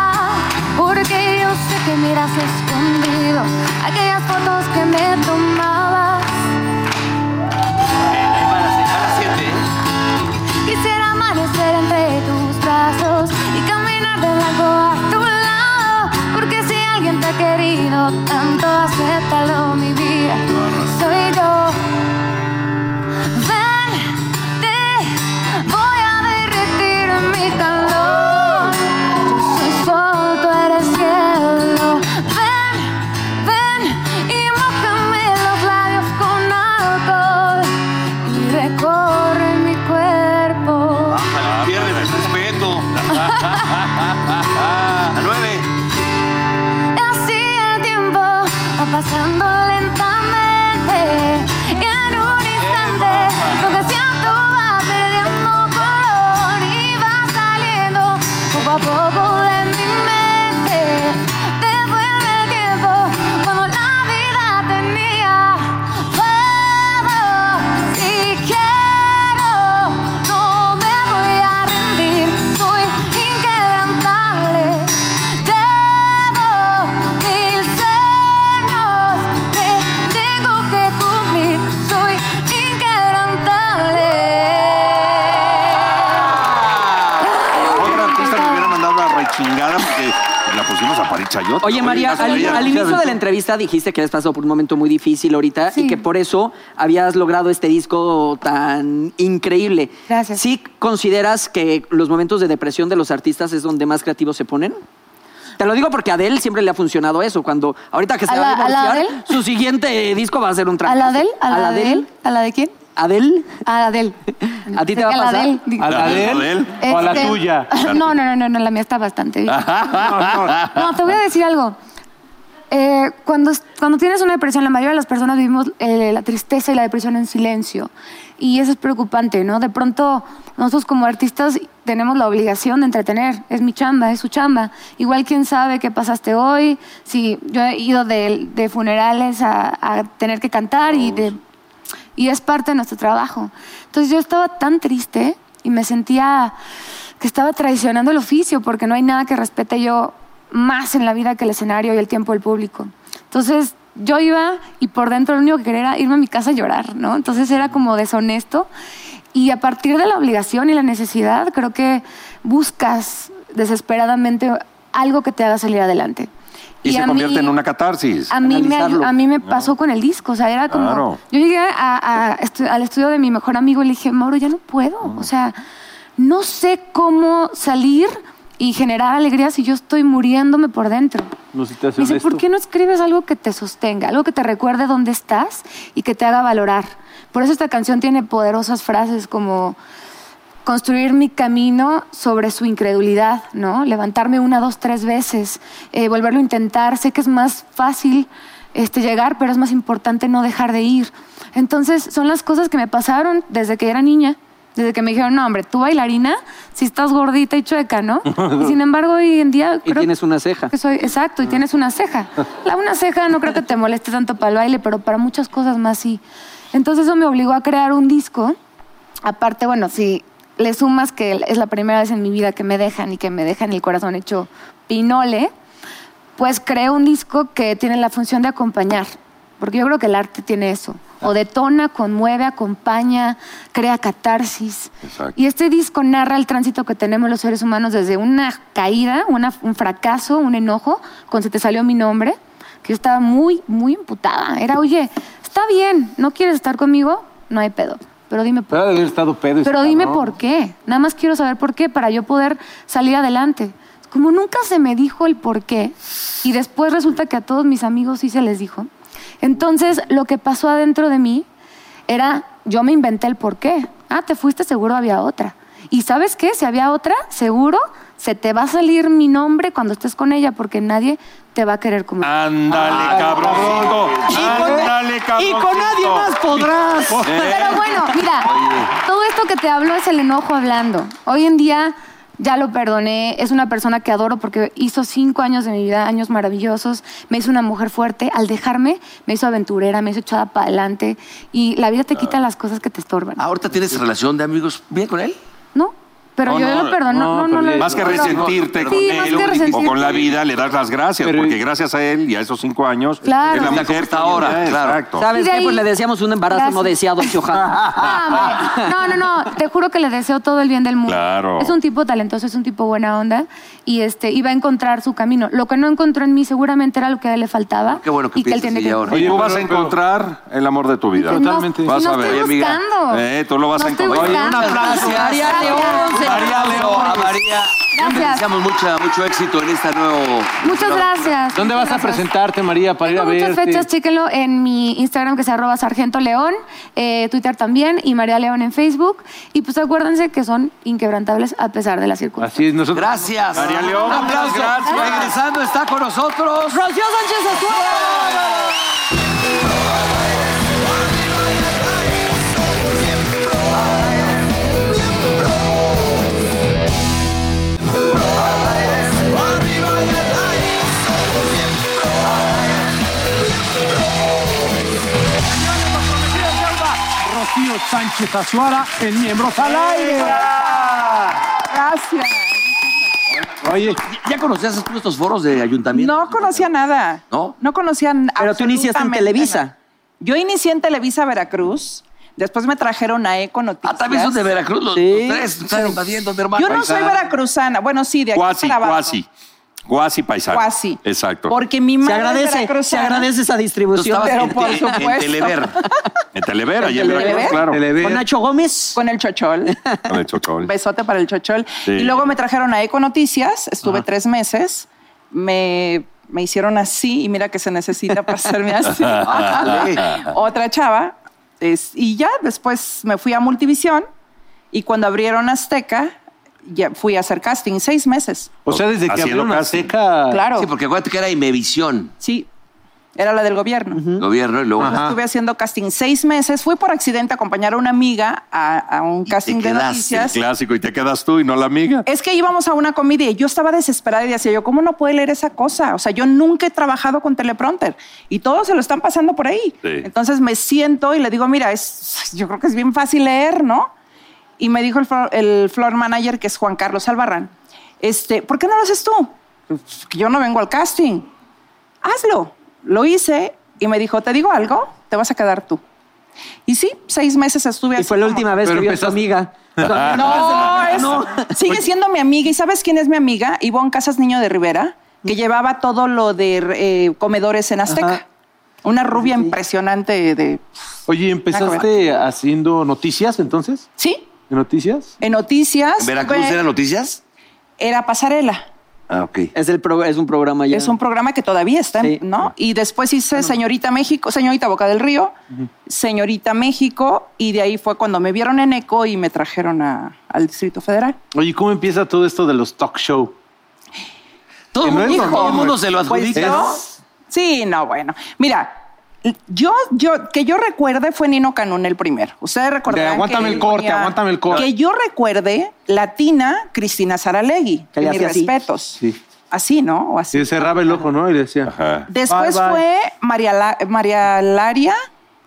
porque yo sé que miras escondido aquellas fotos que me tomabas. Venga, ahí va la se- va la siete. Quisiera amanecer entre tus brazos y caminar de blanco a tu lado. Porque si alguien te ha querido tanto, acéptalo, mi vida. Soy yo. Ven, te voy a derretir en mi calor. Yo soy sol, tú eres cielo. Ven, ven y mojame los labios con alcohol y recorre mi cuerpo. Ándale, Pierdes el respeto. La nueve. Así el tiempo va pasando lentamente y en un instante lo que siento va perdiendo color y va saliendo poco a poco de mi mente. Devuelve el tiempo cuando la vida tenía todo. Si quiero, no me voy a rendir, soy inquebrantable. Llevo mil sueños, te tengo que cumplir, soy inquebrantable. Otra artista que hubiera mandado la rechingada porque la pusimos a París Chayot. Oye, María, hasta al, ella. al inicio de la entrevista dijiste que habías pasado por un momento muy difícil ahorita Sí. y que por eso habías logrado este disco tan increíble. Gracias. ¿Sí consideras que los momentos de depresión de los artistas es donde más creativos se ponen? Te lo digo porque a Adele siempre le ha funcionado eso. Cuando ahorita que se ¿A va a la- a la divorciar, Adele? su siguiente disco va a ser un trabajo. ¿A la del? ¿A la del? ¿A la de quién? ¿Adele? A la del. ¿A ti te va a pasar? ¿A la de él? ¿O a la Este, tuya? No, no, no, no, no, la mía está bastante bien. No, te voy a decir algo. Eh, cuando, cuando tienes una depresión, la mayoría de las personas vivimos eh, la tristeza y la depresión en silencio. Y eso es preocupante, ¿no? De pronto, nosotros como artistas tenemos la obligación de entretener. Es mi chamba, es su chamba. Igual, quién sabe qué pasaste hoy. Si yo he ido de, de funerales a, a tener que cantar y de y es parte de nuestro trabajo. Entonces yo estaba tan triste y me sentía que estaba traicionando el oficio porque no hay nada que respete yo más en la vida que el escenario y el tiempo del público. Entonces yo iba y por dentro lo único que quería era irme a mi casa a llorar, ¿no? Entonces era como deshonesto y a partir de la obligación y la necesidad creo que buscas desesperadamente algo que te haga salir adelante. Y, se a convierte mí- en una catarsis. a mí, me, analizarlo. ayu- a mí me pasó con el disco, o sea, era como... Claro. Yo llegué a- a estu- al estudio de mi mejor amigo y le dije, Mauro, ya no puedo, o sea, no sé cómo salir y generar alegría si yo estoy muriéndome por dentro. No sé si te hace Me dice, honesto. ¿por qué no escribes algo que te sostenga, algo que te recuerde dónde estás y que te haga valorar? Por eso esta canción tiene poderosas frases como construir mi camino sobre su incredulidad, ¿no? Levantarme una, dos, tres veces, eh, volverlo a intentar. Sé que es más fácil este, llegar, pero es más importante no dejar de ir. Entonces, son las cosas que me pasaron desde que era niña Desde que me dijeron, no, hombre, tú bailarina, si estás gordita y chueca, ¿no? Y sin embargo, hoy en día Y creo tienes una ceja. que soy, exacto, y tienes una ceja. La una ceja no creo que te moleste tanto para el baile, pero para muchas cosas más sí. Entonces eso me obligó a crear un disco. Aparte, bueno, si le sumas que es la primera vez en mi vida que me dejan y que me dejan el corazón hecho pinole, pues creo un disco que tiene la función de acompañar, porque yo creo que el arte tiene eso. O detona, conmueve, acompaña, crea catarsis. Exacto. Y este disco narra el tránsito que tenemos los seres humanos desde una caída, una- un fracaso, un enojo, con Se te salió mi nombre, que yo estaba muy, muy imputada. Era, oye, está bien, no quieres estar conmigo, no hay pedo. Pero dime por Pero ha de haber estado pedo. pero dime por qué. qué. Nada más quiero saber por qué para yo poder salir adelante. Como nunca se me dijo el por qué, y después resulta que a todos mis amigos sí se les dijo. Entonces, lo que pasó adentro de mí era, yo me inventé el por qué. Ah, te fuiste, seguro había otra. Y sabes qué, si había otra, seguro se te va a salir mi nombre cuando estés con ella, porque nadie te va a querer como... Ándale, cabroncito. Ándale, y cabroncito. con nadie más podrás. Pero bueno, mira, todo esto que te hablo es el enojo hablando. Hoy en día ya lo perdoné, es una persona que adoro porque hizo cinco años de mi vida, años maravillosos, me hizo una mujer fuerte, al dejarme me hizo aventurera, me hizo echada para adelante y la Ah. vida te quita las cosas que te estorban. ¿Ahorita tienes relación de amigos bien con él? ¿No? Pero yo lo perdono. no, No, no, pero no, Más que no, no. resentirte Sí, con más él que o resentirte. con la vida, le das las gracias, Pero- porque gracias a él y a esos cinco años, Claro. es la Está mujer como está que ahora, es, claro. Exacto. ¿Sabes Y de qué? Pues ahí- le deseamos un embarazo no Gracias. deseado, sí, ojalá. Ah, hombre. No, no, no. Te juro que le deseo todo el bien del mundo. Claro. Es un tipo talentoso, es un tipo buena onda y este iba a encontrar su camino. Lo que no encontró en mí seguramente era lo que a él le faltaba. Ah, Qué bueno que y que él piensas tiene así que ahora. Oye, tú Pero- vas a pero- encontrar el amor de tu vida. No, Totalmente. No, Vas a estoy ver, amiga. buscando. Eh, tú lo vas No a estoy encontrar. Oye, buscando. un aplauso. María León, señor. María Leo, a María. Le Gracias. deseamos mucha, mucho éxito en este nuevo. Muchas gracias. ¿Dónde muchas vas a gracias. presentarte, María, para ir a Tengo verte? muchas fechas, chéquenlo en mi Instagram que es arroba sargento león, eh, Twitter también y María León en Facebook. Y pues acuérdense que son inquebrantables a pesar de las circunstancias. Así es, nosotros. Gracias. María León. Un aplauso. Regresando está con nosotros. Rocío Sánchez Azuara. Rocío Sánchez Azuara en Miembros al Aire. Gracias. Oye, Ah, ¿Ya conocías tú estos foros de ayuntamiento? No conocía nada. ¿No? No conocían Pero tú iniciaste en Televisa. Yo inicié en Televisa Veracruz. Después me trajeron a Eco Noticias. Ah, también son de Veracruz, los, Sí. los tres están invadiendo, mi hermano. Yo no soy veracruzana. Bueno, sí, de aquí Cuasi, para abajo. cuasi. Cuasi paisano. Cuasi. Exacto. Porque mi Se madre es agradece, se veracruzana. agradece esa Tú distribución. estabas Pero en, por te- en supuesto. Telever. En Televera, y en Telever? Veracruz, claro. Telever. Con Nacho Gómez. Con el chochol. Con el chocol. Un besote para el chochol. Sí. Y luego me trajeron a Eco Noticias, estuve tres meses, me, me hicieron así y mira que se necesita para hacerme así. Ah. Otra chava. es- y ya después me fui a Multivisión y cuando abrieron Azteca, ya fui a hacer casting seis meses. o sea, desde que Haciendo abrieron una casi. seca. Claro. Sí, Sí, porque acuérdate que era Imevisión, era la del gobierno. gobierno, y luego. Ah. Entonces, Estuve haciendo casting seis meses. Fui por accidente a acompañar a una amiga a, a un te casting de quedaste, noticias. Eh, Clásico, y te quedas tú y no la amiga. Es que íbamos a una comedia y yo estaba desesperada y decía yo, ¿cómo no puedo leer esa cosa? O sea, yo nunca he trabajado con teleprompter y todos se lo están pasando por ahí. Sí. Entonces me siento y le digo, mira, es, yo creo que es bien fácil leer, ¿no? Y me dijo el, flo- el floor manager, que es Juan Carlos Albarrán, este, ¿por qué no lo haces tú? "Pues, que Yo no vengo al casting. Hazlo. Lo hice y me dijo, ¿te digo algo? Te vas a quedar tú. Y sí, seis meses estuve Y así fue la como- última vez Pero que vio a su empezaste- amiga. no, es- sigue siendo mi amiga. ¿Y sabes quién es mi amiga? Ivonne Casas Niño de Rivera, que llevaba todo lo de eh, comedores en Azteca. Ajá. Una rubia impresionante de... Oye, ¿empezaste haciendo noticias entonces? Sí, ¿De noticias? en noticias. ¿En Veracruz fue- eran noticias? era pasarela. Ah, ok. Es, el pro- es un programa ya. Es un programa que todavía está, Sí. ¿no? Y después hice Señorita México, Señorita Boca del Río, Señorita México, y de ahí fue cuando me vieron en ECO y me trajeron a- al Distrito Federal. Oye, ¿cómo empieza todo esto de los talk show? Todo Que el no mundo, es normal, todo el mundo güey. se lo Pues adjudica. yo- Sí, no, bueno. Mira, Yo, yo, que yo recuerde fue Nino Canún el primero. Ustedes recordarán De aguántame que el corte, ponía- aguántame el corte. Que yo recuerde, Latina, Cristina Saralegui. Que le mis hacía así. respetos. Sí. Así, ¿no? O así. Y cerraba el ojo, ¿no? Y decía. Ajá. Después fue María, La- María Laria,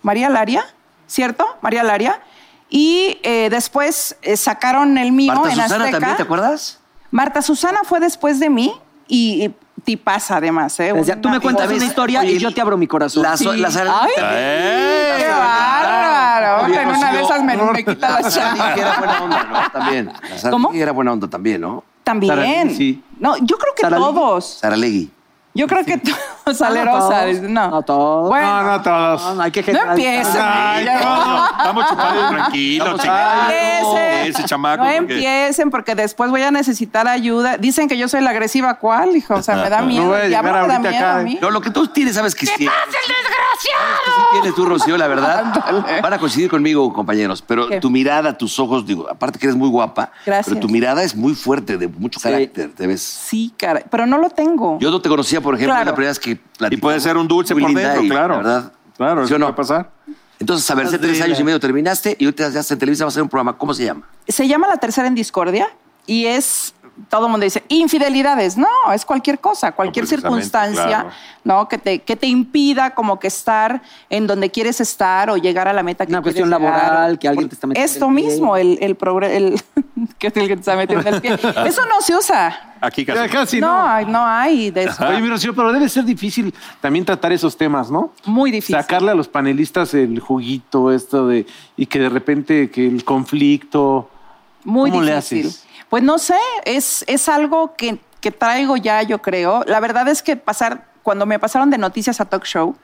María Laria, ¿cierto? María Laria. Y eh, después eh, sacaron el mío Marta en Susana Azteca. también, ¿te acuerdas? Marta Susana fue después de mí y, y tipaza además, ¿eh? Pues O sea, tú me cuentas una historia y yo te abro mi corazón. La, so- Sí. la Sara- Ay, Eh, ¡Qué bárbaro! Oye, en una Rocío, de esas me, me quita La la Sara chamba. que era buena onda, ¿no? También. La Sara ¿Cómo? que era buena onda también, ¿no? También. Saralegui, sí. No, yo creo que Saralegui. todos. Sara Legui. Yo creo que todos. Salerosa. todos. No. No todos. Bueno, No, no todos. No, hay que no generalizar. empieces. Ay, Ya- no, estamos chupando tranquilo, No chingada. empiecen. Ese chamaco. No porque- empiecen porque después voy a necesitar ayuda. Dicen que yo soy la agresiva, ¿cuál, hijo? O sea, me da miedo. voy a el llegar diablo me da ahorita miedo acá, a mí. No, lo que tú tienes, sabes que sí. ¡Pasa el desgraciado! que sí tienes tú, Rocío, la verdad. Van a coincidir conmigo, compañeros, pero ¿Qué? tu mirada, tus ojos, digo, aparte que eres muy guapa, Gracias. pero tu mirada es muy fuerte, de mucho carácter, te ves. Sí, caray. Pero no lo tengo. Yo no te conocía, por ejemplo, Claro. la primera vez que Y platicamos. puede ser un dulce Muy por linda dentro, y, claro. la verdad. Claro, ¿Sí o eso no? puede pasar. Entonces, a ver, hace tres años y medio terminaste y ahorita ya estás en Televisa, vas a hacer un programa. ¿Cómo se llama? Se llama La Tercera en Discordia y es, todo el mundo dice, infidelidades. No, es cualquier cosa, cualquier precisamente, circunstancia, claro. ¿no? Que te, que te impida como que estar en donde quieres estar o llegar a la meta que Una quieres cuestión llegar. laboral, que alguien te está metiendo Esto el pie. mismo, el, el, progre- el que es el que te está metiendo el pie. Eso no se usa. Aquí Ya casi. casi no, no. ay, no hay de eso. Oye, mi Rocío, pero debe ser difícil también tratar esos temas, ¿no? Muy difícil. Sacarle a los panelistas el juguito, esto de. Y que de repente que el conflicto. Muy ¿Cómo le difícil. haces? Pues no sé, es, es algo que, que traigo ya, yo creo. La verdad es que pasar, cuando me pasaron de noticias a talk show,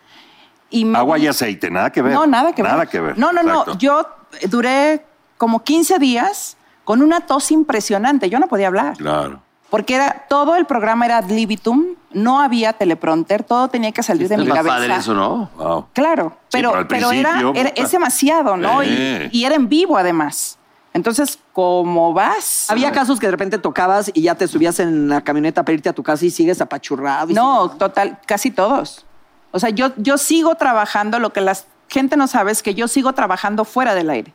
y me- Agua y aceite, nada que ver. No, nada que ver. Nada que ver. No, no, no. exacto. Yo duré como 15 días con una tos impresionante. Yo no podía hablar. Claro. Porque era, todo el programa era ad libitum, no había teleprompter, todo tenía que salir de mi es más cabeza. padre eso, ¿no? Wow. Claro, pero, pero al pero era, principio, era- puta. es demasiado, ¿no? Sí. Y, y era en vivo además. Entonces, ¿cómo vas? Había casos que de repente tocabas y ya te subías en la camioneta para irte a tu casa y sigues apachurrado. y No, total, casi todos. O sea, yo, yo sigo trabajando, lo que la gente no sabe es que yo sigo trabajando fuera del aire.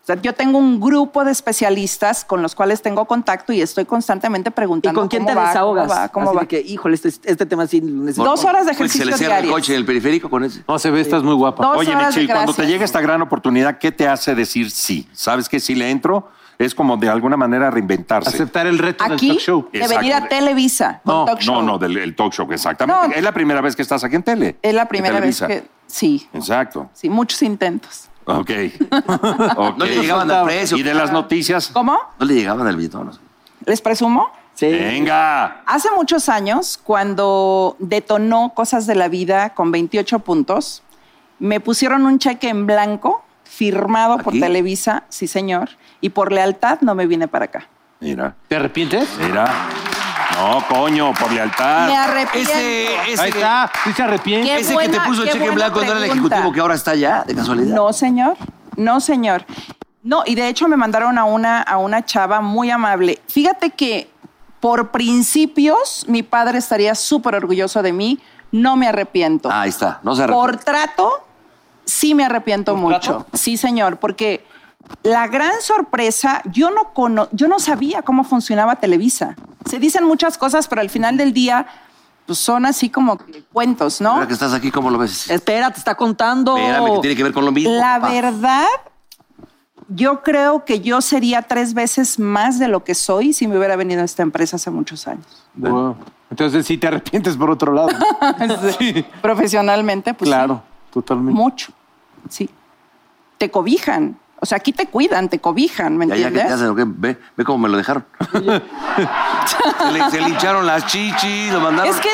O sea, yo tengo un grupo de especialistas con los cuales tengo contacto y estoy constantemente sigues. ¿Y preguntando. con quién te ¿cómo va? desahogas? ¿Cómo va? ¿Cómo Así va? de que, híjole, este, este tema sí necesito. Dos horas de Fue que Pues Se ejercicio le cierra el diarios. coche en el periférico con ese. No se ve, estás muy guapa. Dos Oye, horas de Michelle, cuando te gracias. llega esta gran oportunidad, ¿qué te hace decir sí? ¿Sabes que si le entro? Es como de alguna manera reinventarse. Aceptar el reto Aquí, del talk show. de Exacto. venir a Televisa. con No, talk show. No, no, del el talk show, exactamente. No. Es la primera vez que estás aquí en tele. Es la en primera vez Televisa. que. Sí, Exacto. sí, muchos intentos. Ok. Ok. No le llegaban al precio. ¿Y de las noticias? ¿Cómo? No le llegaban al billetón. no sé. ¿Les presumo? Sí. Venga. Hace muchos años, cuando detonó Cosas de la Vida con 28 puntos, me pusieron un cheque en blanco firmado por ¿Aquí? Televisa, sí señor, y por lealtad no me vine para acá. Mira, ¿Te arrepientes? mira. No, coño, por Me lealtad. arrepiento. Ah, Ese, ese, Ahí está, sí se arrepiente. Qué ese que buena- te puso el qué cheque en buena blanco no era el pregunta. ejecutivo que ahora está allá, de casualidad. No, señor. No, señor. No, y de hecho me mandaron a una, a una chava muy amable. Fíjate que por principios mi padre estaría súper orgulloso de mí. No me arrepiento. Ah, ahí está. No se arrepiente. Por trato, sí me arrepiento mucho. Sí, señor, porque la gran sorpresa, yo no, cono- yo no sabía cómo funcionaba Televisa. Se dicen muchas cosas, pero al final del día pues, son así como que cuentos, ¿no? Ahora que estás aquí, ¿cómo lo ves? Espera, te está contando. Espérame, que tiene que ver con lo mismo. La papá. verdad, yo creo que yo sería tres veces más de lo que soy si me hubiera venido a esta empresa hace muchos años. Wow. Entonces sí te arrepientes por otro lado. Sí, Profesionalmente, pues sí. claro, totalmente. Mucho, sí. Te cobijan. O sea, aquí te cuidan, te cobijan, ¿me Ya, ya, ¿qué entiendes? te hacen? ¿O qué? Ve, ve cómo me lo dejaron. se, le, se le hincharon las chichis, lo mandaron. es que,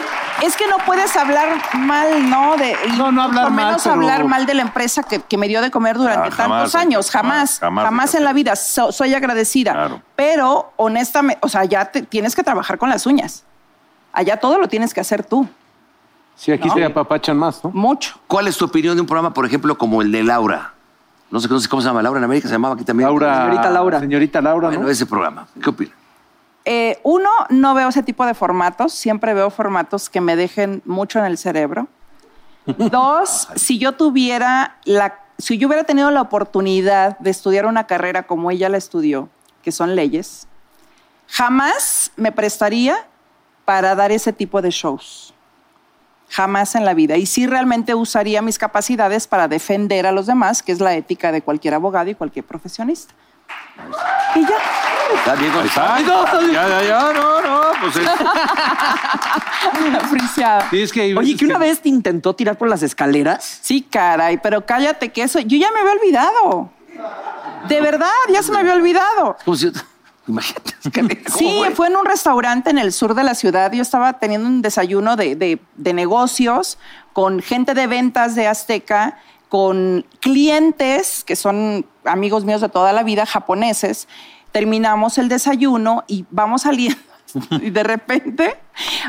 es que no puedes hablar mal, ¿no? De, y No, no hablar mucho mal, menos pero- hablar mal de la empresa que, que me dio de comer durante Ah, jamás, tantos años. Jamás, jamás, jamás jamás, de en la hacer. vida. So- soy agradecida. Claro. Pero, honestamente, o sea, ya te- tienes que trabajar con las uñas. Allá todo lo tienes que hacer tú. Sí, aquí No. se apapachan más, ¿no? Mucho. ¿Cuál es tu opinión de un programa, por ejemplo, como el de Laura? No sé, no sé cómo se llama Laura en América, se llamaba aquí también. Laura. Señorita Laura. Señorita Laura, Bueno, ¿no? ese programa. ¿Qué opinas? Eh, uno, no veo ese tipo de formatos. Siempre veo formatos que me dejen mucho en el cerebro. Dos, si yo tuviera la, si yo hubiera tenido la oportunidad de estudiar una carrera como ella la estudió, que son leyes, jamás me prestaría para dar ese tipo de shows. Jamás en la vida. Y sí realmente usaría mis capacidades para defender a los demás, que es la ética de cualquier abogado y cualquier profesionista. Y ya. Está bien con Ay, no, ya, ya, ya, no, no, pues es- Apreciada. sí, es que hay Oye, veces que una vez te intentó tirar por las escaleras. Sí, caray, pero cállate que eso, yo ya me había olvidado. De verdad, ya se me había olvidado. Como si yo- Imagínate, escalera, ¿cómo Sí, fue en un restaurante en el sur de la ciudad. Yo estaba teniendo un desayuno de, de- de negocios con gente de ventas de Azteca, con clientes que son amigos míos de toda la vida, japoneses. Terminamos el desayuno y vamos saliendo. Y de repente,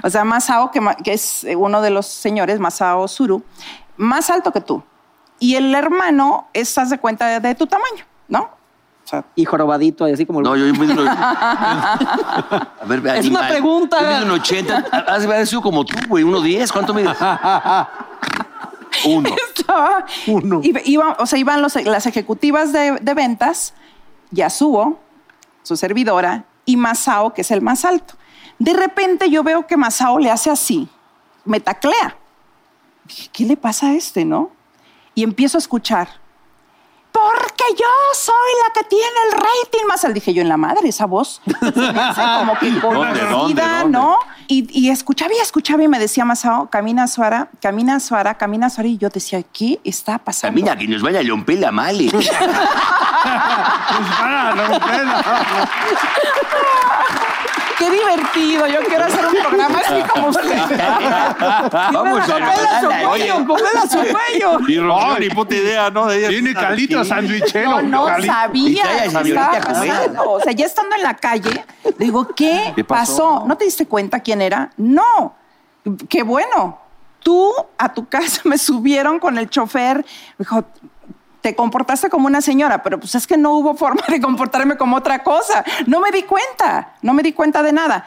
o sea, Masao, que, ma- que es eh, uno de los señores, Masao Suru, más alto que tú. Y el hermano, es, haz de cuenta, de, de tu tamaño, ¿no? O sea, Y jorobadito, y así como... No, yo mido uno- A ver, Es una pregunta. Yo mido un 80. Has de haber sido como tú, güey, 1.10. ¿Cuánto mides? Uno. estaba. Iba- iba- o sea, iban los- las ejecutivas de, de ventas, Yasuo, su servidora, y Masao, que es el más alto. De repente yo veo que Masao le hace así, me taclea. Dije, ¿qué le pasa a este, no? Y empiezo a escuchar. Porque yo soy la que tiene el rating más alto. Dije yo, en la madre, esa voz. Se me hace como que conocida, dónde, dónde? ¿no? Y, y escuchaba y escuchaba y me decía Masao, camina Suara, camina Suara, camina Suara. Y yo decía, ¿qué está pasando? Camina, que nos vaya a romper la male. para romperla. Qué divertido, yo quiero hacer un programa así como usted. Vamos a Póngale su cuello, póngale su cuello. Y Rocío, ni puta idea, ¿no? De ella. Tiene calito Yo sandwichero. no calito. sabía Pitaya, qué señorita estaba Jimena. pasando. O sea, ya estando en la calle, digo, ¿qué, ¿Qué pasó? pasó? ¿No te diste cuenta quién era? No. Qué bueno. Tú a tu casa me subieron con el chofer. Me dijo, te comportaste como una señora, pero pues es que no hubo forma de comportarme como otra cosa. No me di cuenta, no me di cuenta de nada.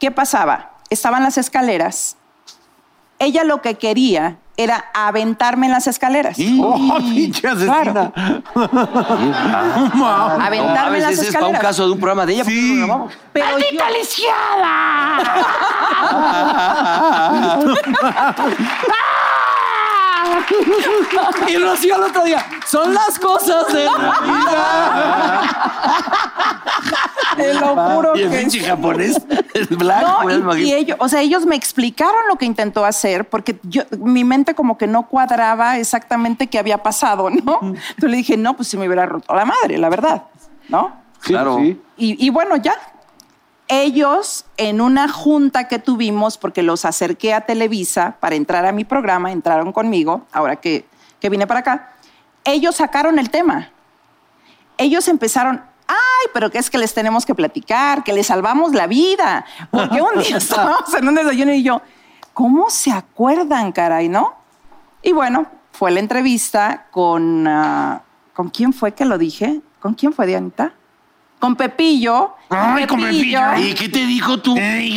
¿Qué pasaba? Estaban las escaleras. Ella lo que quería era aventarme en las escaleras. Oh, pinche asesina. A Aventarme en las veces es para un escaleras. caso de un programa de ella. Sí. Pero yo- ¡Maldita lisiada! ¡Ah! Y Rocío al otro día, son las cosas de... Te lo juro Ah, Y el pues, que pinche japonés es blanco. güey, no, y, y imagínate. ellos, o sea, ellos me explicaron lo que intentó hacer porque yo, mi mente como que no cuadraba exactamente qué había pasado, ¿no? Entonces le dije, no, pues si me hubiera roto la madre, la verdad, ¿no? Sí, Pues Claro. sí. Y, y bueno, ya. Ellos, en una junta que tuvimos, porque los acerqué a Televisa para entrar a mi programa, entraron conmigo, ahora que, que vine para acá, ellos sacaron el tema. Ellos empezaron, ay, pero que es que les tenemos que platicar, que les salvamos la vida. Porque un día estábamos en un desayuno y yo, ¿cómo se acuerdan, caray, no? Y bueno, fue la entrevista con... ah, ¿Con quién fue que lo dije? ¿Con quién fue, Dianita? Con Pepillo. Ay, con Pepillo. ¿Y qué te dijo tú? Ay,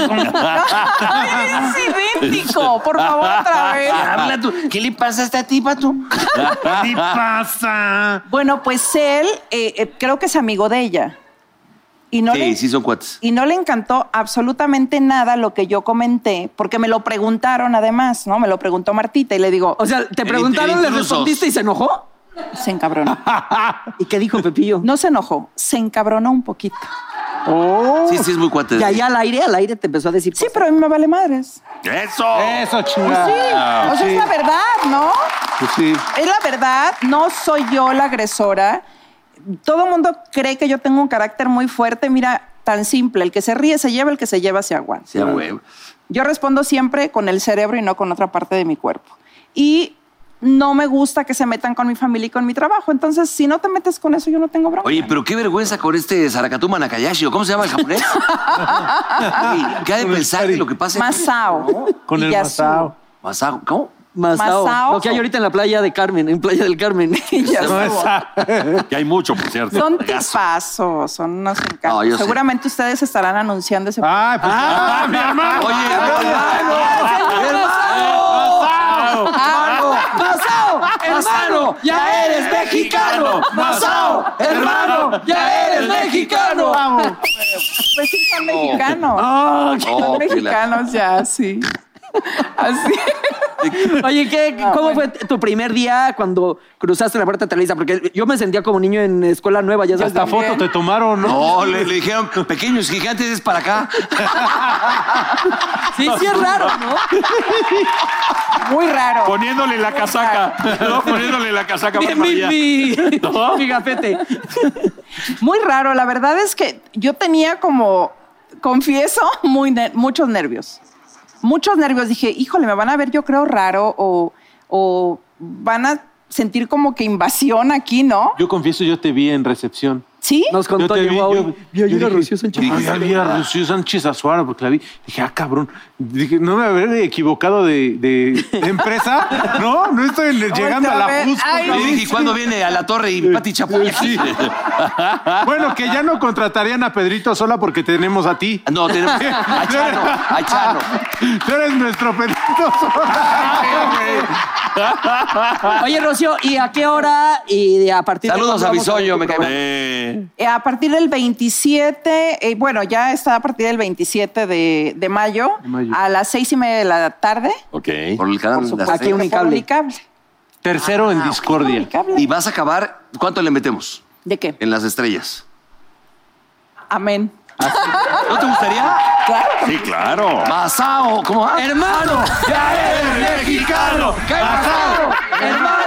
es idéntico. Por favor, otra vez. Habla tú. ¿Qué le pasa a esta tipa tú? Bueno, pues él eh, eh, creo que es amigo de ella. Y no, Sí, le, sí son cuates. y no le encantó absolutamente nada lo que yo comenté, porque me lo preguntaron además, ¿no? Me lo preguntó Martita y le digo, O sea, te preguntaron, le Intrusos. respondiste y se enojó. se encabronó. ¿Y qué dijo Pepillo? No se enojó, se encabronó un poquito. Sí, sí es muy cuate. Y allá al aire, al aire te empezó a decir... Sí, pero a mí me vale madres. ¡Eso! Eh. Eso, Ah, Pues chingada. sí, o sea, es la verdad, ¿no? Pues sí. Es la verdad, no soy yo la agresora. Todo el mundo cree que yo tengo un carácter muy fuerte. Mira, tan simple, el que se ríe se lleva, el que se lleva se aguanta. Sí, a huevo. Yo respondo siempre con el cerebro y no con otra parte de mi cuerpo. Y no me gusta que se metan con mi familia y con mi trabajo. Entonces, si no te metes con eso, yo no tengo bronca. Oye, pero qué vergüenza con este Sarakatuma Nakayashi, ¿o ¿cómo se llama el japonés? Oye, ¿Qué ha de pensar que lo que pasa es... Masao. Con el Iyasu. masao. Masao, ¿cómo? Masao. Masao. Lo que hay ahorita en la playa de Carmen, en Playa del Carmen. Iyasu. No, esa. Que hay mucho, por cierto. Son tipazos, son unos encantos. No, yo sé. Seguramente ustedes estarán anunciando ese. Ay, pues. ¡Ah, mi hermano! Ah, Oye, hermano. ¡Masao! ¡Hermano! ¡Hermano! ¡Masao! ¡Hermano! ¡Ya eres mexicano! Vamos. Pues sí, son mexicanos. No, son que la- mexicanos ya, sí. Así. Oye, ¿qué, Ah, ¿cómo bueno. fue tu primer día cuando cruzaste la puerta de Televisa? Porque yo me sentía como niño en escuela nueva, ya sabes. Hasta foto te tomaron, ¿no? No, le, le dijeron, pequeños gigantes es para acá. Sí, sí es raro, ¿no? Muy raro. Poniéndole la casaca. No, poniéndole la casaca Mi, para mi, María. mi, No. mi gafete. Muy raro, la verdad es que yo tenía como, confieso, muy ne- muchos nervios. Muchos nervios. Dije, híjole, me van a ver, yo creo, raro o, o van a sentir como que invasión aquí, ¿no? Yo confieso, yo te vi en recepción. Sí. Nos Yo contó te llegó vi, hoy. yo- yo dije, dije, "Ah, vi a Rocío Sánchez Azuara porque la vi. Dije, ah, cabrón. Dije, no me habré equivocado de, de- de empresa. no, no estoy llegando a a la ver. Jusco. Ay, cabrón". Y dije, ¿cuándo viene a la torre y Pati Chapoy? Bueno, que ya no contratarían a Pedrito sola porque tenemos a ti. No, tenemos a Chano, a Chano. Tú eres nuestro Pedrito sola. Oye, Rocío, ¿y a qué hora y de- a partir de Saludos cuándo a vamos ver Bisoño, tu me cae programa? bien. Eh, a partir del 27, eh, bueno, ya está a partir del 27 de, de mayo, mayo. a las seis y media de la tarde. Ok. Por el canal. Aquí por Unicable. Unicable. Tercero en discordia. Unicable. Y vas a acabar, ¿cuánto le metemos? ¿De qué? En las estrellas. Amén. ¿No te gustaría? Sí, claro. Masao, ¿cómo va? Hermano, ya eres mexicano. ¿Qué Masao? Hermano.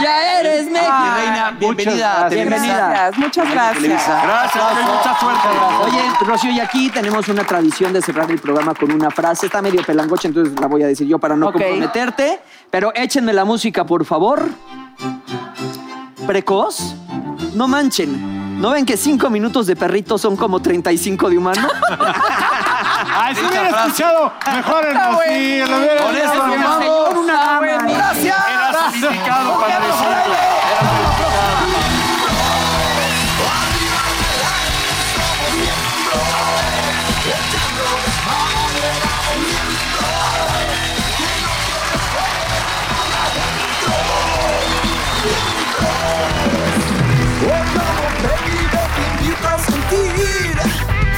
Ya eres México. Mi reina, bienvenida a gracias. Televisa. Ah, Gracias, muchas gracias. Gracias, mucha suerte. Oye, Rocío, y aquí tenemos una tradición de cerrar el programa con una frase. Está medio pelangocha, entonces la voy a decir yo para no Ok. comprometerte. Pero échenme la música, por favor. Precoz. No manchen. ¿No ven que cinco minutos de perrito son como 35 de humano? Ay, si hubiera Esta frase. escuchado, mejor en Está bueno. Rocío, lo hubiera- Con esto nos vamos. Una gracias. Eras indicado para decirlo.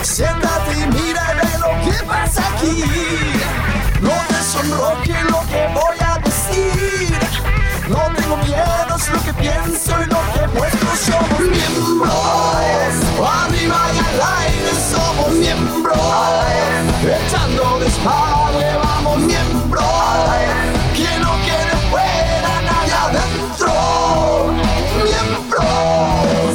Siéntate y mira y ve lo que pasa aquí. No te sonrojes lo que voy a decir. No tengo miedo, es lo que pienso y lo que muestro. Somos miembros, arriba y al aire somos miembros. Echando desmadre, vamos miembros. Quien no quiere fuera, nadie adentro. Miembros.